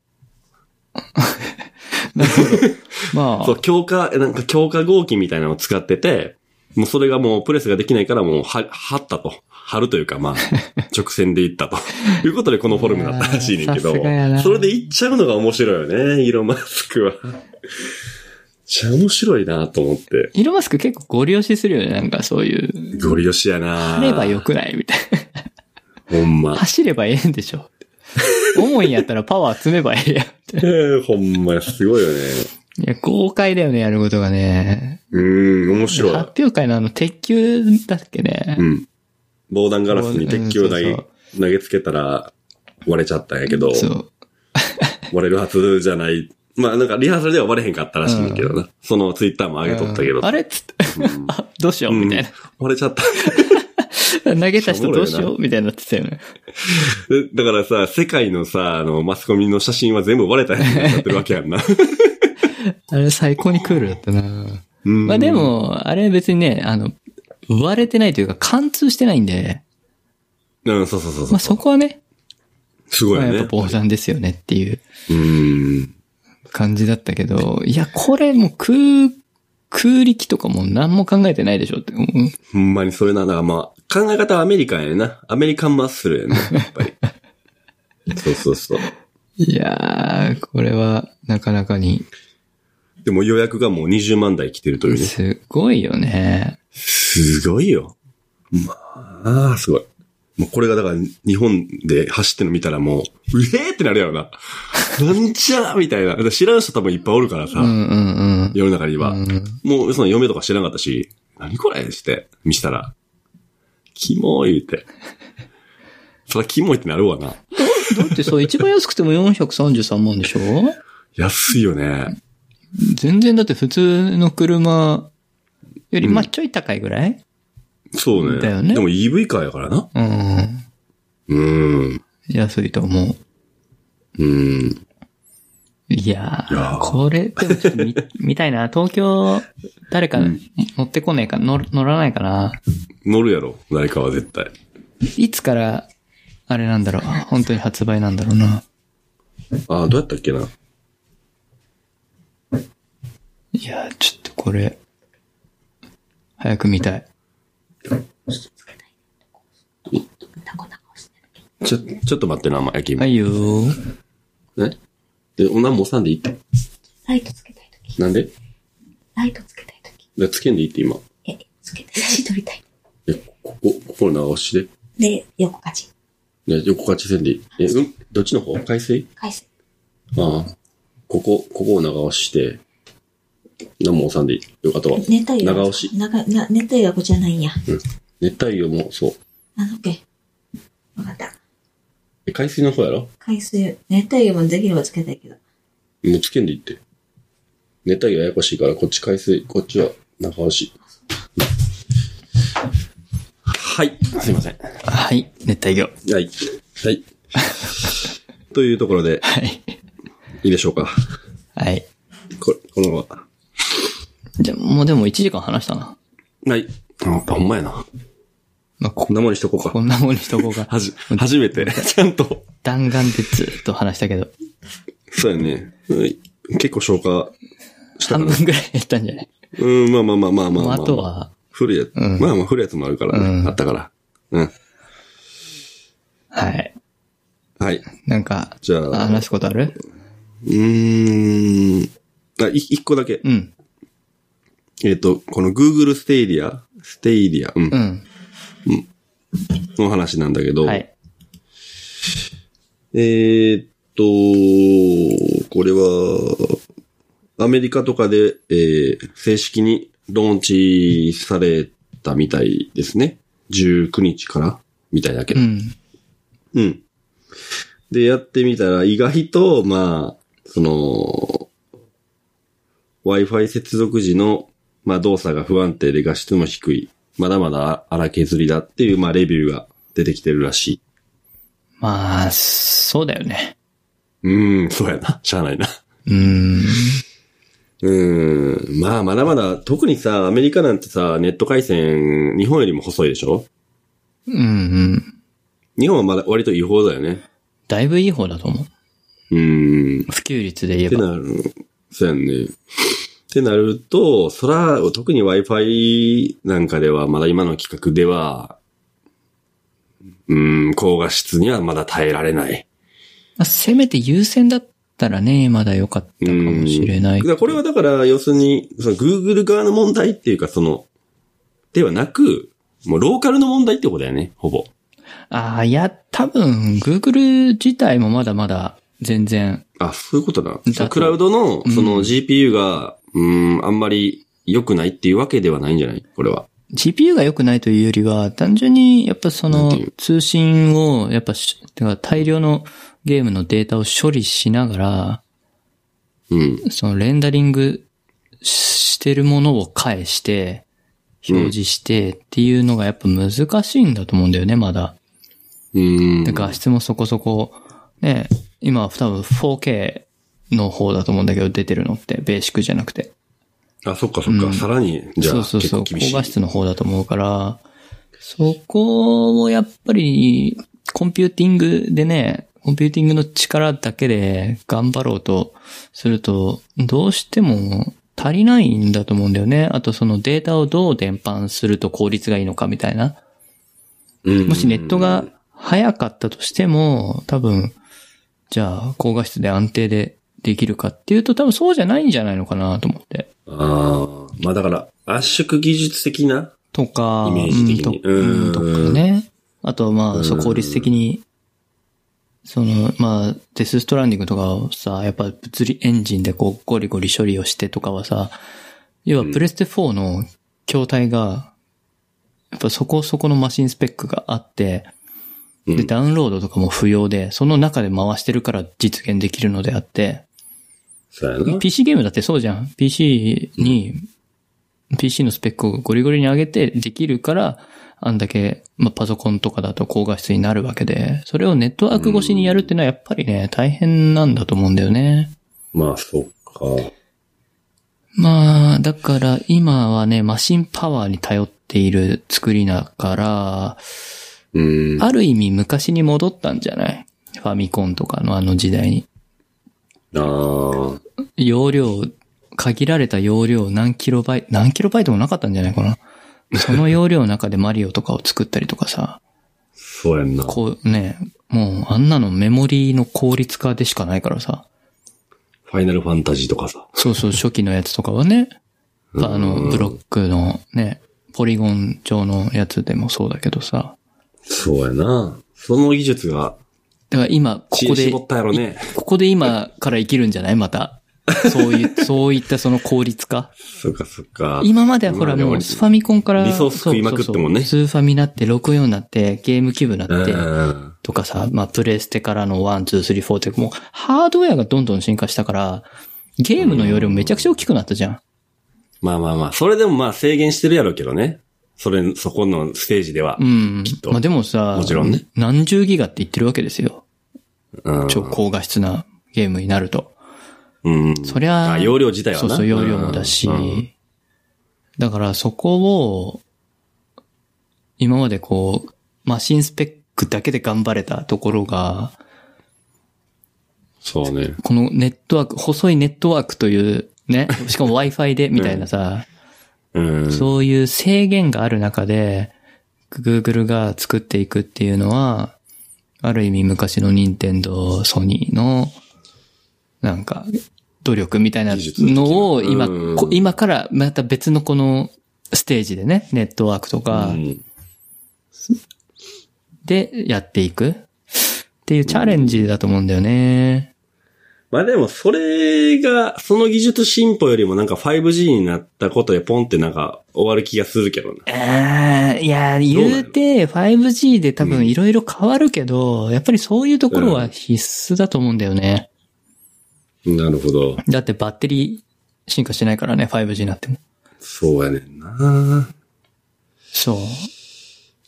Speaker 2: ま
Speaker 1: そう、強化、なんか強化合金みたいなのを使ってて、もうそれがもうプレスができないからもうは、張ったと。張るというか まあ、直線でいったと。 いうことでこのフォルムだったらしいねんけど
Speaker 2: いやーさすがやな、
Speaker 1: それでいっちゃうのが面白いよね、イーロンマスクは。 めっちゃ面白いなと思って。
Speaker 2: あ、イーロンマスク結構ゴリ押しするよね、なんかそういう。
Speaker 1: ゴリ押しやな
Speaker 2: あればよくないみたい
Speaker 1: ほんま
Speaker 2: な。。走ればええんでしょ。重いんやったらパワー積めばええやん。
Speaker 1: ええほんま、すごいよね。
Speaker 2: いや、豪快だよね、やることがね。
Speaker 1: うん、面
Speaker 2: 発
Speaker 1: 白
Speaker 2: 表会のあの、鉄球だっけね。
Speaker 1: い。うん。防弾ガラスに鉄球を投
Speaker 2: うん
Speaker 1: げ、
Speaker 2: そう
Speaker 1: 投げつけたら割れちゃったんやけど、
Speaker 2: そう。
Speaker 1: 割れるはずじゃない。まあなんかリハーサルでは割れへんかったらしいんだけどな。そのツイッターも上げとったけど。
Speaker 2: あれっつって、
Speaker 1: うん
Speaker 2: あ、 どうしようみたいな。
Speaker 1: 割れちゃった。
Speaker 2: 投げた人どうしようみたいになってたよね。
Speaker 1: でだからさ、世界のさ、あの、マスコミの写真は全部割れたやつになってるわけやんな。
Speaker 2: あれ最高にクールだったな
Speaker 1: うん
Speaker 2: まあで、も、あれ別にね、あの、割れてないというか貫通してないんで、
Speaker 1: うん、そうそうそうそう
Speaker 2: まあ。そこはね、
Speaker 1: すごい
Speaker 2: まあ
Speaker 1: よ
Speaker 2: やっ
Speaker 1: ね
Speaker 2: ぱ。防弾ですよねっていう
Speaker 1: うん。
Speaker 2: 感じだったけど、いや、これもう空、空力とかも何も考えてないでしょって思う。
Speaker 1: ほんまにそれな、だからまあ、考え方はアメリカンやねんな。アメリカンマッスルやねんな、やっ ぱり。そうそうそう。
Speaker 2: いやー、これはなかなかに、
Speaker 1: でも予約がもう20万台来てるというね。
Speaker 2: すごいよね。
Speaker 1: すごいよ。まあ、すごい。もうこれがだから日本で走ってるの見たらもう、うえーってなるやろな。なんちゃーみたいな。だから知らん人多分いっぱいおるからさ、
Speaker 2: うんうん
Speaker 1: 世の中に
Speaker 2: う
Speaker 1: は。
Speaker 2: ん。うん
Speaker 1: もうその嫁とか知らなかったし、何これして、見したら、キモいって。そりゃキモいってなるわな。
Speaker 2: だってさ、一番安くても433万でしょ
Speaker 1: 安いよね。
Speaker 2: 全然だって普通の車より、
Speaker 1: うん
Speaker 2: まあちょい高いぐらい
Speaker 1: そうね。
Speaker 2: だよね
Speaker 1: でも EV カーやからな。
Speaker 2: うん。
Speaker 1: うん。
Speaker 2: 安いと思
Speaker 1: う
Speaker 2: う。
Speaker 1: ん。
Speaker 2: いやー、
Speaker 1: いやー
Speaker 2: これ、でもちょっと見 見たいな。東京、誰か乗ってこねえか、乗乗らないかな。
Speaker 1: 乗るやろ、誰かは絶対。
Speaker 2: いつから、あれなんだろう。本当に発売なんだろうな。
Speaker 1: ああ、どうやったっけな。
Speaker 2: いやー、ちょっとこれ、早く見たい。
Speaker 1: ちょ、ちょっと待ってな、ま焼き芋。
Speaker 2: はいよー。
Speaker 1: えで、おなもさんでいいって。
Speaker 3: ライトつけたいとき。
Speaker 1: なんで
Speaker 3: ライトつけたいとき。
Speaker 1: でつけんでいいって今。
Speaker 3: え、つけて写真撮りたい。
Speaker 1: え、ここ、ここの流しで。
Speaker 3: で、横勝ち。
Speaker 1: ね、横勝ちせんでいい。え、うんどっちの方海水
Speaker 3: 返す。
Speaker 1: ああ。ここ、ここを長押しして、何も押さんでいい。よかとは。
Speaker 3: 熱帯魚。
Speaker 1: 長押し。
Speaker 3: 長、な、熱帯魚はこっちじゃないんや。
Speaker 1: 熱帯魚もそう。
Speaker 3: あ、オッケー。わかった。
Speaker 1: え、海水の方やろ
Speaker 3: 海水、熱帯魚もできればつけたいけど。
Speaker 1: もうつけんでいいって。熱帯魚ややこしいから、こっち海水、こっちは長押し。はい。すいません。
Speaker 2: はい、熱帯魚。
Speaker 1: はい。 はい。というところで、
Speaker 2: はい。
Speaker 1: いいでしょうか。
Speaker 2: はい。
Speaker 1: ここのまま。
Speaker 2: じゃあ、もうでも1時間話したな。
Speaker 1: はい。あ、やっぱほんまやな。
Speaker 2: まあ、こ
Speaker 1: こんなもんにしとこう
Speaker 2: こ
Speaker 1: か。
Speaker 2: んなもんにしとこうか。
Speaker 1: はじ、初めて。ちゃんと。
Speaker 2: 弾丸でずっと話したけど、
Speaker 1: そうやね。はい結構消化したか
Speaker 2: 半
Speaker 1: な。
Speaker 2: 分ぐらい減ったんじゃない
Speaker 1: うん、まあまあまあまあまあ、ま
Speaker 2: もう
Speaker 1: あ。
Speaker 2: あとは、
Speaker 1: 古いやつ。
Speaker 2: うん
Speaker 1: まあまあ古いやつもあるからね。
Speaker 2: うん
Speaker 1: あったから。うん。
Speaker 2: はい。
Speaker 1: はい。
Speaker 2: なんか、
Speaker 1: じゃあ
Speaker 2: 話すことある
Speaker 1: うーん。あ、い一個だけ。
Speaker 2: うん。
Speaker 1: えっ、と、この Google ステイディア、ステイディア、うん
Speaker 2: う、ん。
Speaker 1: の話なんだけど、
Speaker 2: はい。
Speaker 1: えーっと、これは、アメリカとかで、えー正式にローンチされたみたいですね。19日からみたいだけ
Speaker 2: う
Speaker 1: ど。
Speaker 2: ん。
Speaker 1: うん。で、やってみたら、意外と、まあ、その、Wi-Fi 接続時の、まあ、動作が不安定で画質も低い。まだまだ荒削りだっていう、まあ、レビューが出てきてるらし
Speaker 2: まあ、そうだよね。
Speaker 1: い。うーん、そうやな。しゃあないな。
Speaker 2: うーん。
Speaker 1: うーん。まあ、まだまだ、特にさ、アメリカなんてさ、ネット回線、日本よりも細いでしょ
Speaker 2: うんうん。
Speaker 1: 日本はまだ割と違法だよね。
Speaker 2: だいぶいい方だと思う。
Speaker 1: うーん。
Speaker 2: 普及率で言え
Speaker 1: って
Speaker 2: ば。
Speaker 1: なる、そうやんね。ってなると、そら、特に Wi-Fi なんかでは、まだ今の企画では、うーん、高画質にはまだ耐えられない。
Speaker 2: まあ、せめて優先だったらね、まだ良かったかもしれない
Speaker 1: うんだか。らこれはだから、要するに、その Google 側の問題っていうか、その、ではなく、もうローカルの問題ってことだよね、ほぼ。
Speaker 2: ああ、いや、多分、Google 自体もまだまだ、全然、
Speaker 1: あ、そういうことだ
Speaker 2: だと
Speaker 1: クラウドの
Speaker 2: う、ん
Speaker 1: その GPU が、うーん、あんまり良くないっていうわけではないんじゃないこれは。
Speaker 2: GPU が良くないというよりは、単純に、やっぱその
Speaker 1: なんていう、
Speaker 2: 通信を、やっぱし、てか大量のゲームのデータを処理しながら、
Speaker 1: うん。
Speaker 2: そのレンダリングししてるものを返して、表示してっていうのがやっぱ難しいんだと思うんだよね、まだ。
Speaker 1: うーん。
Speaker 2: で、画質もそこそこ、ね、今は多分 4K の方だと思うんだけど、出てるのって、ベーシックじゃなくて。
Speaker 1: あ、そっかそっか。
Speaker 2: うん
Speaker 1: さらに、じゃあ、
Speaker 2: そうそうそう、
Speaker 1: 結構
Speaker 2: 高
Speaker 1: 厳しい。
Speaker 2: 画質の方だと思うから、そこをやっぱり、コンピューティングでね、コンピューティングの力だけで頑張ろうとすると、どうしても足りないんだと思うんだよね。あとそのデータをどう伝播すると効率がいいのかみたいな。
Speaker 1: うん
Speaker 2: もしネットが、早かったとしても、多分、じゃあ高画質で安定でできるかっていうと多分そうじゃないんじゃないのかなと思って。
Speaker 1: ああ、まあだから、圧縮技術的な、
Speaker 2: とか、
Speaker 1: イメージ的に
Speaker 2: うんと
Speaker 1: う
Speaker 2: うんんとかね。あと、ま
Speaker 1: うん
Speaker 2: あ、そう、効率的に、その、まあ、デスストランディングとかをさ、やっぱ物理エンジンでこう、ゴリゴリ処理をしてとかはさ、要はプレステ4の筐体が、やっぱそこそこのマシンスペックがあって、
Speaker 1: うん
Speaker 2: で、ダウンロードとかも不要で、その中で回してるから実現できるのであって、
Speaker 1: そうやな。
Speaker 2: PC ゲームだってそうじゃん。PC に、PC のスペックをゴリゴリに上げてできるから、あんだけ、まあ、パソコンとかだと高画質になるわけで、それをネットワーク越しにやるっていうのはやっぱりね、大変なんだと思うんだよね。
Speaker 1: まあ、そっか。
Speaker 2: まあ、だから今はね、マシンパワーに頼っている作りだから、
Speaker 1: うん。
Speaker 2: ある意味昔に戻ったんじゃないファミコンとかのあの時代に。
Speaker 1: あー
Speaker 2: 容量、限られた容量何キロバイト、何キロバイトもなかったんじゃないかな。その容量の中でマリオとかを作ったりとかさ、
Speaker 1: そうやんな。
Speaker 2: こうね、もうあんなのメモリーの効率化でしかないからさ、
Speaker 1: ファイナルファンタジーとかさ。
Speaker 2: そうそう初期のやつとかはね、
Speaker 1: うん
Speaker 2: あの、ブロックのね、ポリゴン上のやつでもそうだけどさ、
Speaker 1: そうやな。その技術が、
Speaker 2: だから今、こ
Speaker 1: 知
Speaker 2: こ
Speaker 1: 恵
Speaker 2: で、
Speaker 1: 絞
Speaker 2: こ
Speaker 1: ったやろね。
Speaker 2: こで今から生きるんじゃないまた。そういう、そういったその効率化
Speaker 1: そっかそっか。
Speaker 2: 今まではほら
Speaker 1: 今
Speaker 2: も
Speaker 1: まで
Speaker 2: う
Speaker 1: は
Speaker 2: スファミコンから。
Speaker 1: リソース食いまくってもね
Speaker 2: そうそうそうスーファミになって、64になって、ゲームキューブに
Speaker 1: う
Speaker 2: なって、
Speaker 1: ん。
Speaker 2: とかさ、まあプレステからの1、2、3、4って、もうハードウェアがどんどん進化したから、ゲームの容量めちゃくちゃ大きくなったじゃん。
Speaker 1: まあまあまあ、それでもまあ制限してるやろうけどね。それ、そこのステージでは
Speaker 2: う。ん
Speaker 1: きっ。と
Speaker 2: まあでもさ、
Speaker 1: もちろんね
Speaker 2: 何十ギガって言ってるわけですよ。
Speaker 1: うん。
Speaker 2: 超高画質なゲームになると。
Speaker 1: うん。
Speaker 2: そりゃ
Speaker 1: あ、容量自体は
Speaker 2: そ
Speaker 1: な
Speaker 2: うそう、容量もだし
Speaker 1: うんうん、
Speaker 2: だからそこを、今までこう、マシンスペックだけで頑張れたところが、
Speaker 1: そうね。
Speaker 2: このネットワーク、細いネットワークという、ね、しかも Wi-Fi で、みたいなさ、
Speaker 1: うん。
Speaker 2: そういう制限がある中で、Google が作っていくっていうのは、ある意味昔の任天堂ソニーの、なんか、努力みたいな
Speaker 1: 技術的な
Speaker 2: のを今、
Speaker 1: うん
Speaker 2: こ今からまた別のこのステージでね、ネットワークとか
Speaker 1: うん
Speaker 2: でやっていくっていうチャレンジだと思うんだよね。
Speaker 1: まあでも、それが、その技術進歩よりもなんか 5G になったことでポンってなんか終わる気がするけどな。
Speaker 2: ああ、いや、言うて 5G で多
Speaker 1: うん
Speaker 2: 分いろいろ変わるけど、やっぱりそういうところは必須だと思うんだよね。
Speaker 1: なるほど。
Speaker 2: だってバッテリー進化してないからね、5G になっても。
Speaker 1: そうやねんな。
Speaker 2: そう。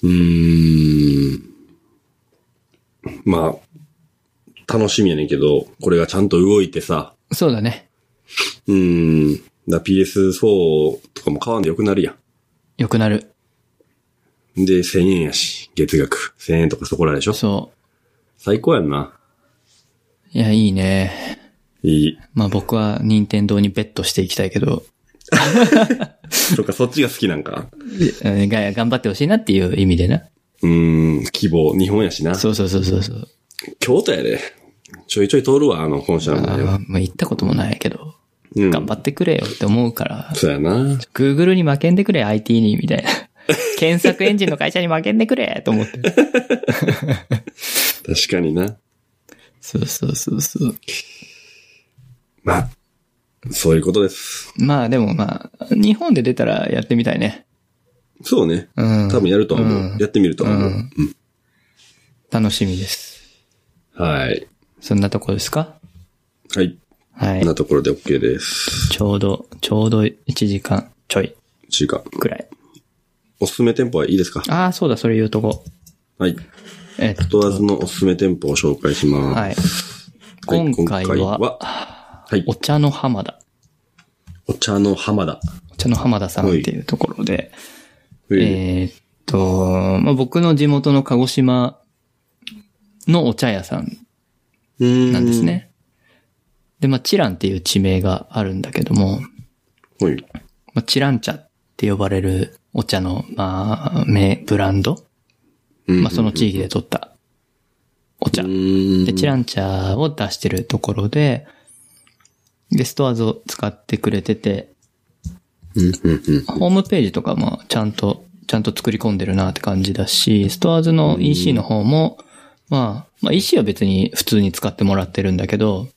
Speaker 1: うーん。まあ、楽しみやねんけど、これがちゃんと動いてさ、
Speaker 2: そうだね。
Speaker 1: うーん。だ PS4 とかも買わんでよくなるや
Speaker 2: 良くなる。
Speaker 1: ん。で、1000円やし、月額。1000円とかそこらでしょ
Speaker 2: そ
Speaker 1: 最高やんな。
Speaker 2: う。いや、いいね。
Speaker 1: いい。
Speaker 2: まあ僕は任天堂にベットしていきたいけど、
Speaker 1: そっか、そっちが好きなんか。
Speaker 2: うんが頑張ってほしいなっていう意味でな。
Speaker 1: うーん、希望。日本やしな。
Speaker 2: そうそうそうそうそう。
Speaker 1: 京都やで。ちょいちょい通るわ、あの、本社の前
Speaker 2: あー
Speaker 1: は。
Speaker 2: まあ行ったこともないけど、
Speaker 1: うん。
Speaker 2: 頑張ってくれよって思うから、
Speaker 1: そうやな。
Speaker 2: Google に負けんでくれ、IT に、み たいな。検索エンジンの会社に負けんでくれと思って。
Speaker 1: 確かにな。
Speaker 2: そうそうそうそう。
Speaker 1: まあ、そういうことです。
Speaker 2: まあでもまあ、日本で出たらやってみたいね。
Speaker 1: そうね。
Speaker 2: うん。
Speaker 1: 多分やるとは思う。
Speaker 2: うん
Speaker 1: やってみるとは思う。
Speaker 2: うん
Speaker 1: うん
Speaker 2: 楽しみです。
Speaker 1: はい。
Speaker 2: そんなとこですか
Speaker 1: はい。
Speaker 2: は
Speaker 1: こん
Speaker 2: い
Speaker 1: な。ところで OK です。
Speaker 2: ちょうど、ちょうど1時間ちょい
Speaker 1: ちゅうか、
Speaker 2: くらい。
Speaker 1: おすすめ店舗はいいですか
Speaker 2: ああ、そうだ、それ言うとこ。
Speaker 1: はい。
Speaker 2: えっと、
Speaker 1: 問わずのおすすめ店舗を紹介します。
Speaker 2: はい。今回は、
Speaker 1: はい
Speaker 2: お。茶の浜田。
Speaker 1: お茶の浜田。
Speaker 2: お茶の浜田さんっていうところで、
Speaker 1: え
Speaker 2: えーっと、まあ、僕の地元の鹿児島のお茶屋さん
Speaker 1: ー
Speaker 2: なんです。ね。で、まあ、チランっていう地名があるんだけども、
Speaker 1: はい。
Speaker 2: まあ、チラン茶って呼ばれるお茶の、まあ、名、ブランド
Speaker 1: ま
Speaker 2: まあ、その地域で取ったお茶。で、チランチャーを出してるところで、で、ストアーズを使ってくれてて、ホームページとかもちゃんと、ちゃんと作り込んでるなって感じだし、ストアーズの EC の方も、まあ、まあ EC は別に普通に使ってもらってるんだけど、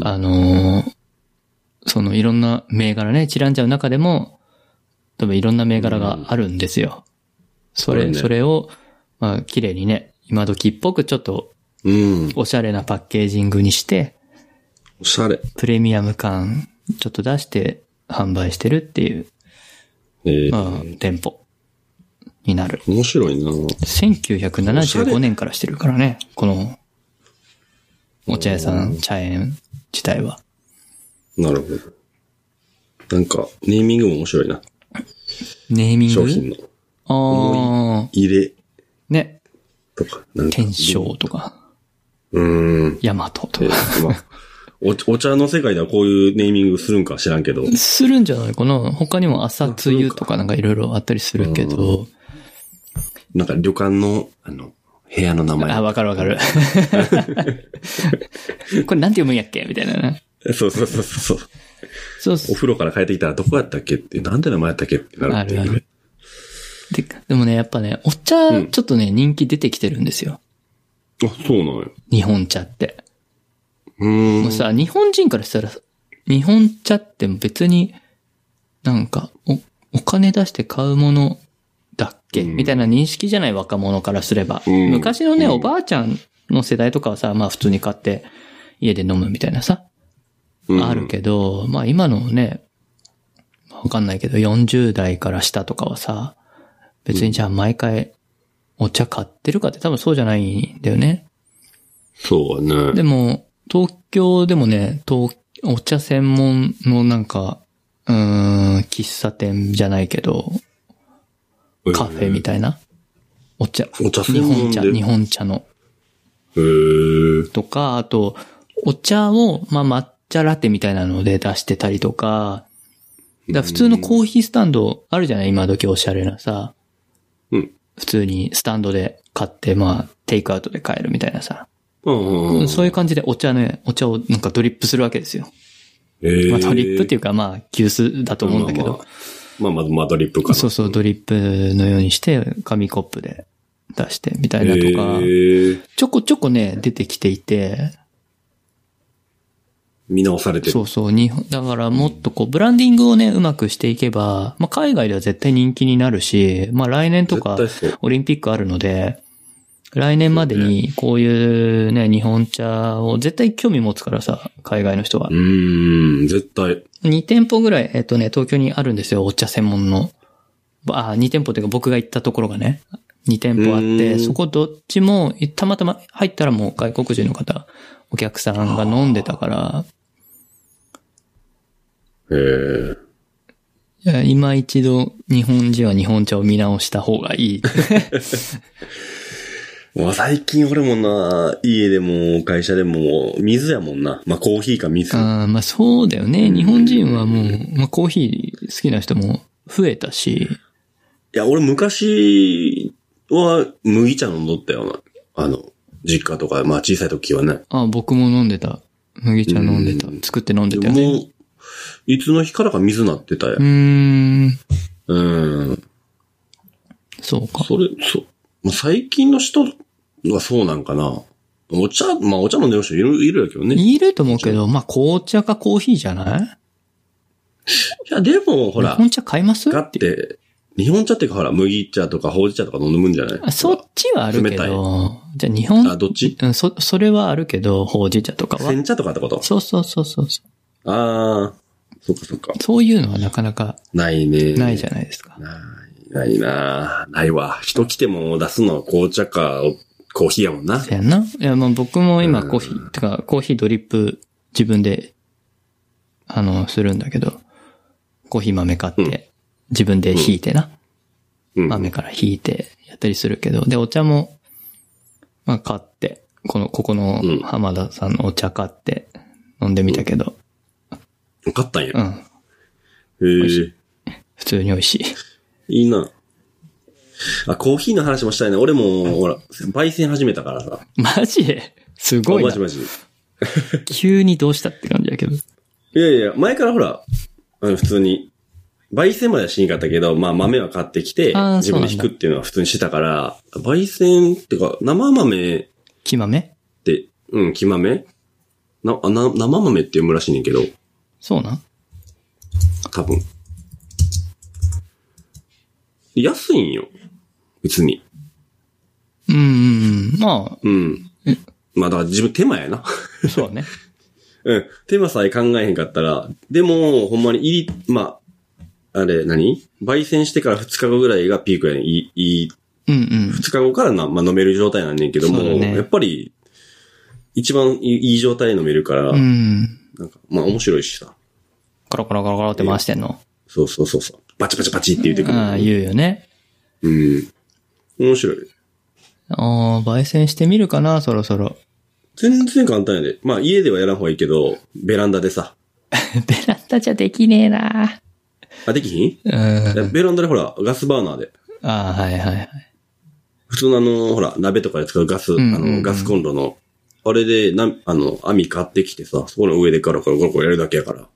Speaker 2: あのーそのいろんな銘柄ね、チランチャーの中でも、多分いろんな銘柄があるんですよ。そ
Speaker 1: そう
Speaker 2: れ、
Speaker 1: だね
Speaker 2: それを、まあ綺麗にね、今時っぽくちょっと
Speaker 1: うん。
Speaker 2: おしゃれなパッケージングにして、
Speaker 1: おしゃれ。
Speaker 2: プレミアム感ちょっと出して販売してるっていう、
Speaker 1: えー
Speaker 2: まあ、店舗になる。
Speaker 1: 面白いな
Speaker 2: 1975年からしてるからね、この、お茶屋さん、茶園自体は。
Speaker 1: なるほど。なんか、ネーミングも面白いな。
Speaker 2: ネーミング
Speaker 1: 商品の
Speaker 2: ああ、
Speaker 1: 入れ
Speaker 2: ね。
Speaker 1: とか、なんか。
Speaker 2: 天章とか、
Speaker 1: うーん。
Speaker 2: ヤマトと
Speaker 1: え
Speaker 2: か。
Speaker 1: まあ、お、お茶の世界ではこういうネーミングするんか知らんけど。
Speaker 2: するんじゃないかな他にも朝露とかなんかいろいろあったりするけど。
Speaker 1: なんか旅館の、あの、部屋の名
Speaker 2: あ、
Speaker 1: 前。
Speaker 2: わかるわ かる。これなんて読むんやっけみたいなね。
Speaker 1: そうそうそうそう。
Speaker 2: そう
Speaker 1: お
Speaker 2: そう。
Speaker 1: 風呂から帰ってきたらどこやったっけって、なんて名前やったっけってなる
Speaker 2: あ
Speaker 1: ってい
Speaker 2: る
Speaker 1: う
Speaker 2: ある。で、でもね、やっぱね、お茶、ちょっとね、人気出てきてるんですよ。
Speaker 1: あ、そうなんや。
Speaker 2: 日本茶って。
Speaker 1: うーん。
Speaker 2: もうさ、日本人からしたら、日本茶って別に、なんか、お、お金出して買うものだっけ、
Speaker 1: うん
Speaker 2: みたいな認識じゃない若者からすれば。
Speaker 1: うん
Speaker 2: 昔のね、
Speaker 1: うん
Speaker 2: おばあちゃんの世代とかはさ、まあ普通に買って家で飲むみたいなさ、
Speaker 1: うん
Speaker 2: あるけど、まあ今のね、わかんないけど、40代から下とかはさ、別にじゃあ毎回お茶買ってるかって多分そうじゃないんだよね。
Speaker 1: そうやね。
Speaker 2: でも、東京でもね、東、お茶専門のなんか、うーん、喫茶店じゃないけど、カフェみたいな。お茶。
Speaker 1: お茶
Speaker 2: 日
Speaker 1: 専門
Speaker 2: 本
Speaker 1: で
Speaker 2: 茶、日本茶の。
Speaker 1: へー。
Speaker 2: とか、あと、お茶を、まあ、抹茶ラテみたいなので出してたりとか、だから普通のコーヒースタンドあるじゃない今時おしゃれなさ。
Speaker 1: うん。
Speaker 2: 普通にスタンドで買って、まあ、テイクアウトで買えるみたいなさ。
Speaker 1: うんうん。
Speaker 2: そう
Speaker 1: い
Speaker 2: いう感じでお茶ね、お茶をなんかドリップするわけですよ。
Speaker 1: う
Speaker 2: まあ、ドリップっていううか、まあ、急須だと思うんだけど。。
Speaker 1: まあまあ、まあまあドリップかな。
Speaker 2: そうそう、ドリップのようにして、紙コップで出してみたいなとか、
Speaker 1: へー
Speaker 2: ちょこちょこね、出てきていて、
Speaker 1: 見直されてる。
Speaker 2: そうそう、日本、だからもっとこう、ブランディングをね、うまくしていけば、まあ、海外では絶対人気になるし、まあ、来年とか
Speaker 1: 絶、対そう。
Speaker 2: オリンピックあるので、来年までにこういうね、日本茶を絶対興味持つからさ、海外の人は
Speaker 1: う。ーん、絶対。
Speaker 2: 2店舗ぐらい、えっ、とね、東京にあるんですよ、お茶専門の。あ、2店舗というか僕が行ったところがね、2店舗あっ
Speaker 1: う
Speaker 2: て、
Speaker 1: ん
Speaker 2: そこどっちも、たまたま入ったらもう外国人の方、お客さんが飲んでたから、
Speaker 1: へー
Speaker 2: いや今一度日本人は日本茶を見直した方がいい。
Speaker 1: まあ最近俺もな、家でも会社でも水やもんな。まあコーヒーか水。
Speaker 2: あーまあそうだよね。日本人はもう、まあコーヒー好きな人も増えたし、
Speaker 1: いや、俺昔は麦茶飲んどったよな。あの、実家とか、まあ小さい時はね。
Speaker 2: あ僕も飲んでた。麦茶飲んでた
Speaker 1: うん。
Speaker 2: 作って飲んで
Speaker 1: で
Speaker 2: た
Speaker 1: も
Speaker 2: よね。
Speaker 1: もう、いつの日からか水なってたや
Speaker 2: うー。ん。
Speaker 1: うん。
Speaker 2: そうか。
Speaker 1: それ、そう。まあ、最近の人はそうなんかな。お茶、まあお茶飲んでる人いる、いるやけどね。い
Speaker 2: いると思うけど、まあ、紅茶かコーヒーじゃない
Speaker 1: や、でも、ほら
Speaker 2: 日、本茶買います
Speaker 1: だって、日本茶っていうかほら、麦茶とかほうじ茶とか飲むんじゃない
Speaker 2: あそっちはあるけ
Speaker 1: 冷たい
Speaker 2: ど、じゃあ日本、
Speaker 1: あ、どっち
Speaker 2: うん、そ、それはあるけど、ほうじ茶とかは。
Speaker 1: 煎茶とかってこと
Speaker 2: そうそうそうそう。
Speaker 1: ああ、そっかそっか。
Speaker 2: そういうのはなかなか
Speaker 1: ないね。
Speaker 2: ないじゃないですか。
Speaker 1: ない、ないなないわ。人来ても出すのは紅茶かコーヒーやもんな。
Speaker 2: そうやんな。いや、まあ僕も今
Speaker 1: うん
Speaker 2: コーヒー、てかコーヒードリップ自分で、あの、するんだけど、コーヒー豆買って、
Speaker 1: うん
Speaker 2: 自分で引いてな、
Speaker 1: うん。
Speaker 2: 豆から引いてやったりするけど、で、お茶も、まあ買って、この、ここの
Speaker 1: うん
Speaker 2: 浜田さんのお茶買って飲んでみたけど、
Speaker 1: 買ったんや。
Speaker 2: うん、
Speaker 1: へ
Speaker 2: し
Speaker 1: え。
Speaker 2: 普通に美味しい。
Speaker 1: いいな。あ、コーヒーの話もしたいな。俺も、ほら、焙煎始めたからさ。
Speaker 2: マジですごい
Speaker 1: あ
Speaker 2: な
Speaker 1: マジマジ。い
Speaker 2: 急にどうしたって感じだけど。
Speaker 1: やいや、前からほら、あの、普通に、焙煎まではしんかったけど、まあ豆は買ってきて
Speaker 2: あー、
Speaker 1: 自分で
Speaker 2: そう
Speaker 1: 引
Speaker 2: な
Speaker 1: く
Speaker 2: んだ
Speaker 1: っていうのは普通にしてたから、焙煎ってか、生豆っ
Speaker 2: 木豆
Speaker 1: て、うん、木豆な、あな、生豆って読むらしいねんけど、
Speaker 2: そうなん
Speaker 1: 多分。安いんよ。別に。
Speaker 2: うんう んうん。ま
Speaker 1: うん。まあだから自分手間やな。
Speaker 2: あ、そうだね。
Speaker 1: うん。テーマさえ考えへんかったら、でも、ほんまに入り、まあ、あれ何、焙煎してから2日後ぐらいがピークやねん。いい、いい、
Speaker 2: うんうん。
Speaker 1: 2日後からな、まあ、飲める状態なんねんけども、
Speaker 2: そうだね
Speaker 1: やっぱり、一番いいいい状態で飲めるから、
Speaker 2: うん。
Speaker 1: なんか、まあ面白いしさ。
Speaker 2: コロコロコロコロって回してんの。
Speaker 1: そうそうそうそう。バチバチバチって言ってくる。
Speaker 2: ああ、言うよね。
Speaker 1: うん。面白い。
Speaker 2: ああ、焙煎してみるかな、そろそろ。
Speaker 1: 全然簡単やで。まあ家ではやらん方がいいけど、ベランダでさ。
Speaker 2: ベランダじゃできねえな。
Speaker 1: あ、できひんい
Speaker 2: うん。
Speaker 1: やベランダでほら、ガスバーナーで。
Speaker 2: ああ、はいはいはい。
Speaker 1: 普通のあの、ほら、鍋とかで使うガス、あ
Speaker 2: んうんうん
Speaker 1: の、ガスコンロの、あれで、な、あの、網買ってきてさ、そこの上でカラカラコロコロやるだけやから。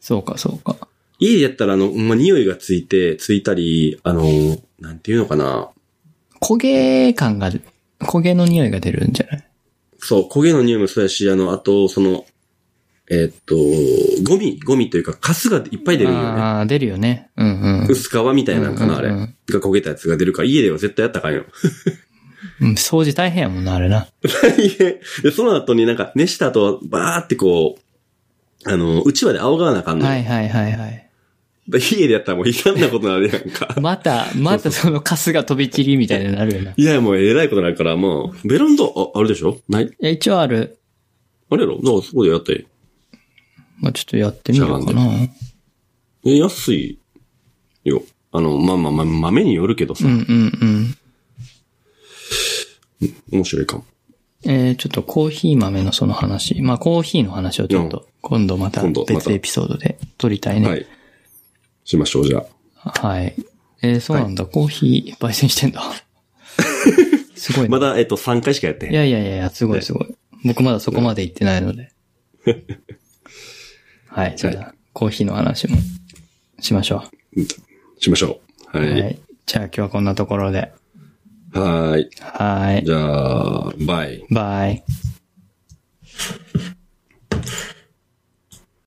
Speaker 2: そうか、そうか。
Speaker 1: 家でやったら、あの、ほんま匂いがついて、ついたり、あの、なんていうのかな。
Speaker 2: 焦げ感が、焦げの匂いが出るんじゃない
Speaker 1: そう、焦げの匂いもそうやし、あの、あと、その、えっと、ゴミ、ゴミというか、カスがいっぱい出るんよね。
Speaker 2: ああ、出るよね。うんうん。
Speaker 1: 薄皮みたいなんかな、あれ。
Speaker 2: うんうんう
Speaker 1: が
Speaker 2: ん
Speaker 1: 焦げたやつが出るから、家では絶対やったらあかんよ。
Speaker 2: うん掃除大変やもんな、あれな。
Speaker 1: 大変。で、その後になんか、熱した後、バーってこう、あの、うちわで仰がわなあかんのよ。
Speaker 2: はいはいはいはい。
Speaker 1: だから家でやったらもういかんなことになるやんか。
Speaker 2: また、またそのカスが飛び散りみたいになるよな。い
Speaker 1: いや、もうえらいことになるから、もう、ベランダ、あ、あれでしょない
Speaker 2: や、一応ある。
Speaker 1: あれやろだからそこでやって。
Speaker 2: まあ、ちょっとやってみようか
Speaker 1: じゃ
Speaker 2: な。
Speaker 1: え、安いよ。あの、まあまあまあ、豆によるけどさ、
Speaker 2: うんうんうん。
Speaker 1: 面白いかも。
Speaker 2: えー、ちょっとコーヒー豆のその話。まあ、コーヒーの話をちょっ
Speaker 1: うん
Speaker 2: と、今度また
Speaker 1: 今度また
Speaker 2: 別エピソードで撮りたいね。
Speaker 1: はい。しましょう、じゃあ。
Speaker 2: はい。えー、そうなんだ。コーヒー焙煎して んだ。すごいな
Speaker 1: まだ、えっと、3回しかやってへん
Speaker 2: いやいやいやいや、すごいすごい。僕まだそこまで行ってない ので。はい、じゃあ、コーヒーの話もしましょ
Speaker 1: しましょう。
Speaker 2: う。
Speaker 1: は。
Speaker 2: はいい。じゃあ今日はこんなところで。
Speaker 1: はーい。
Speaker 2: はい。
Speaker 1: じゃあ、バイ。
Speaker 2: バイ。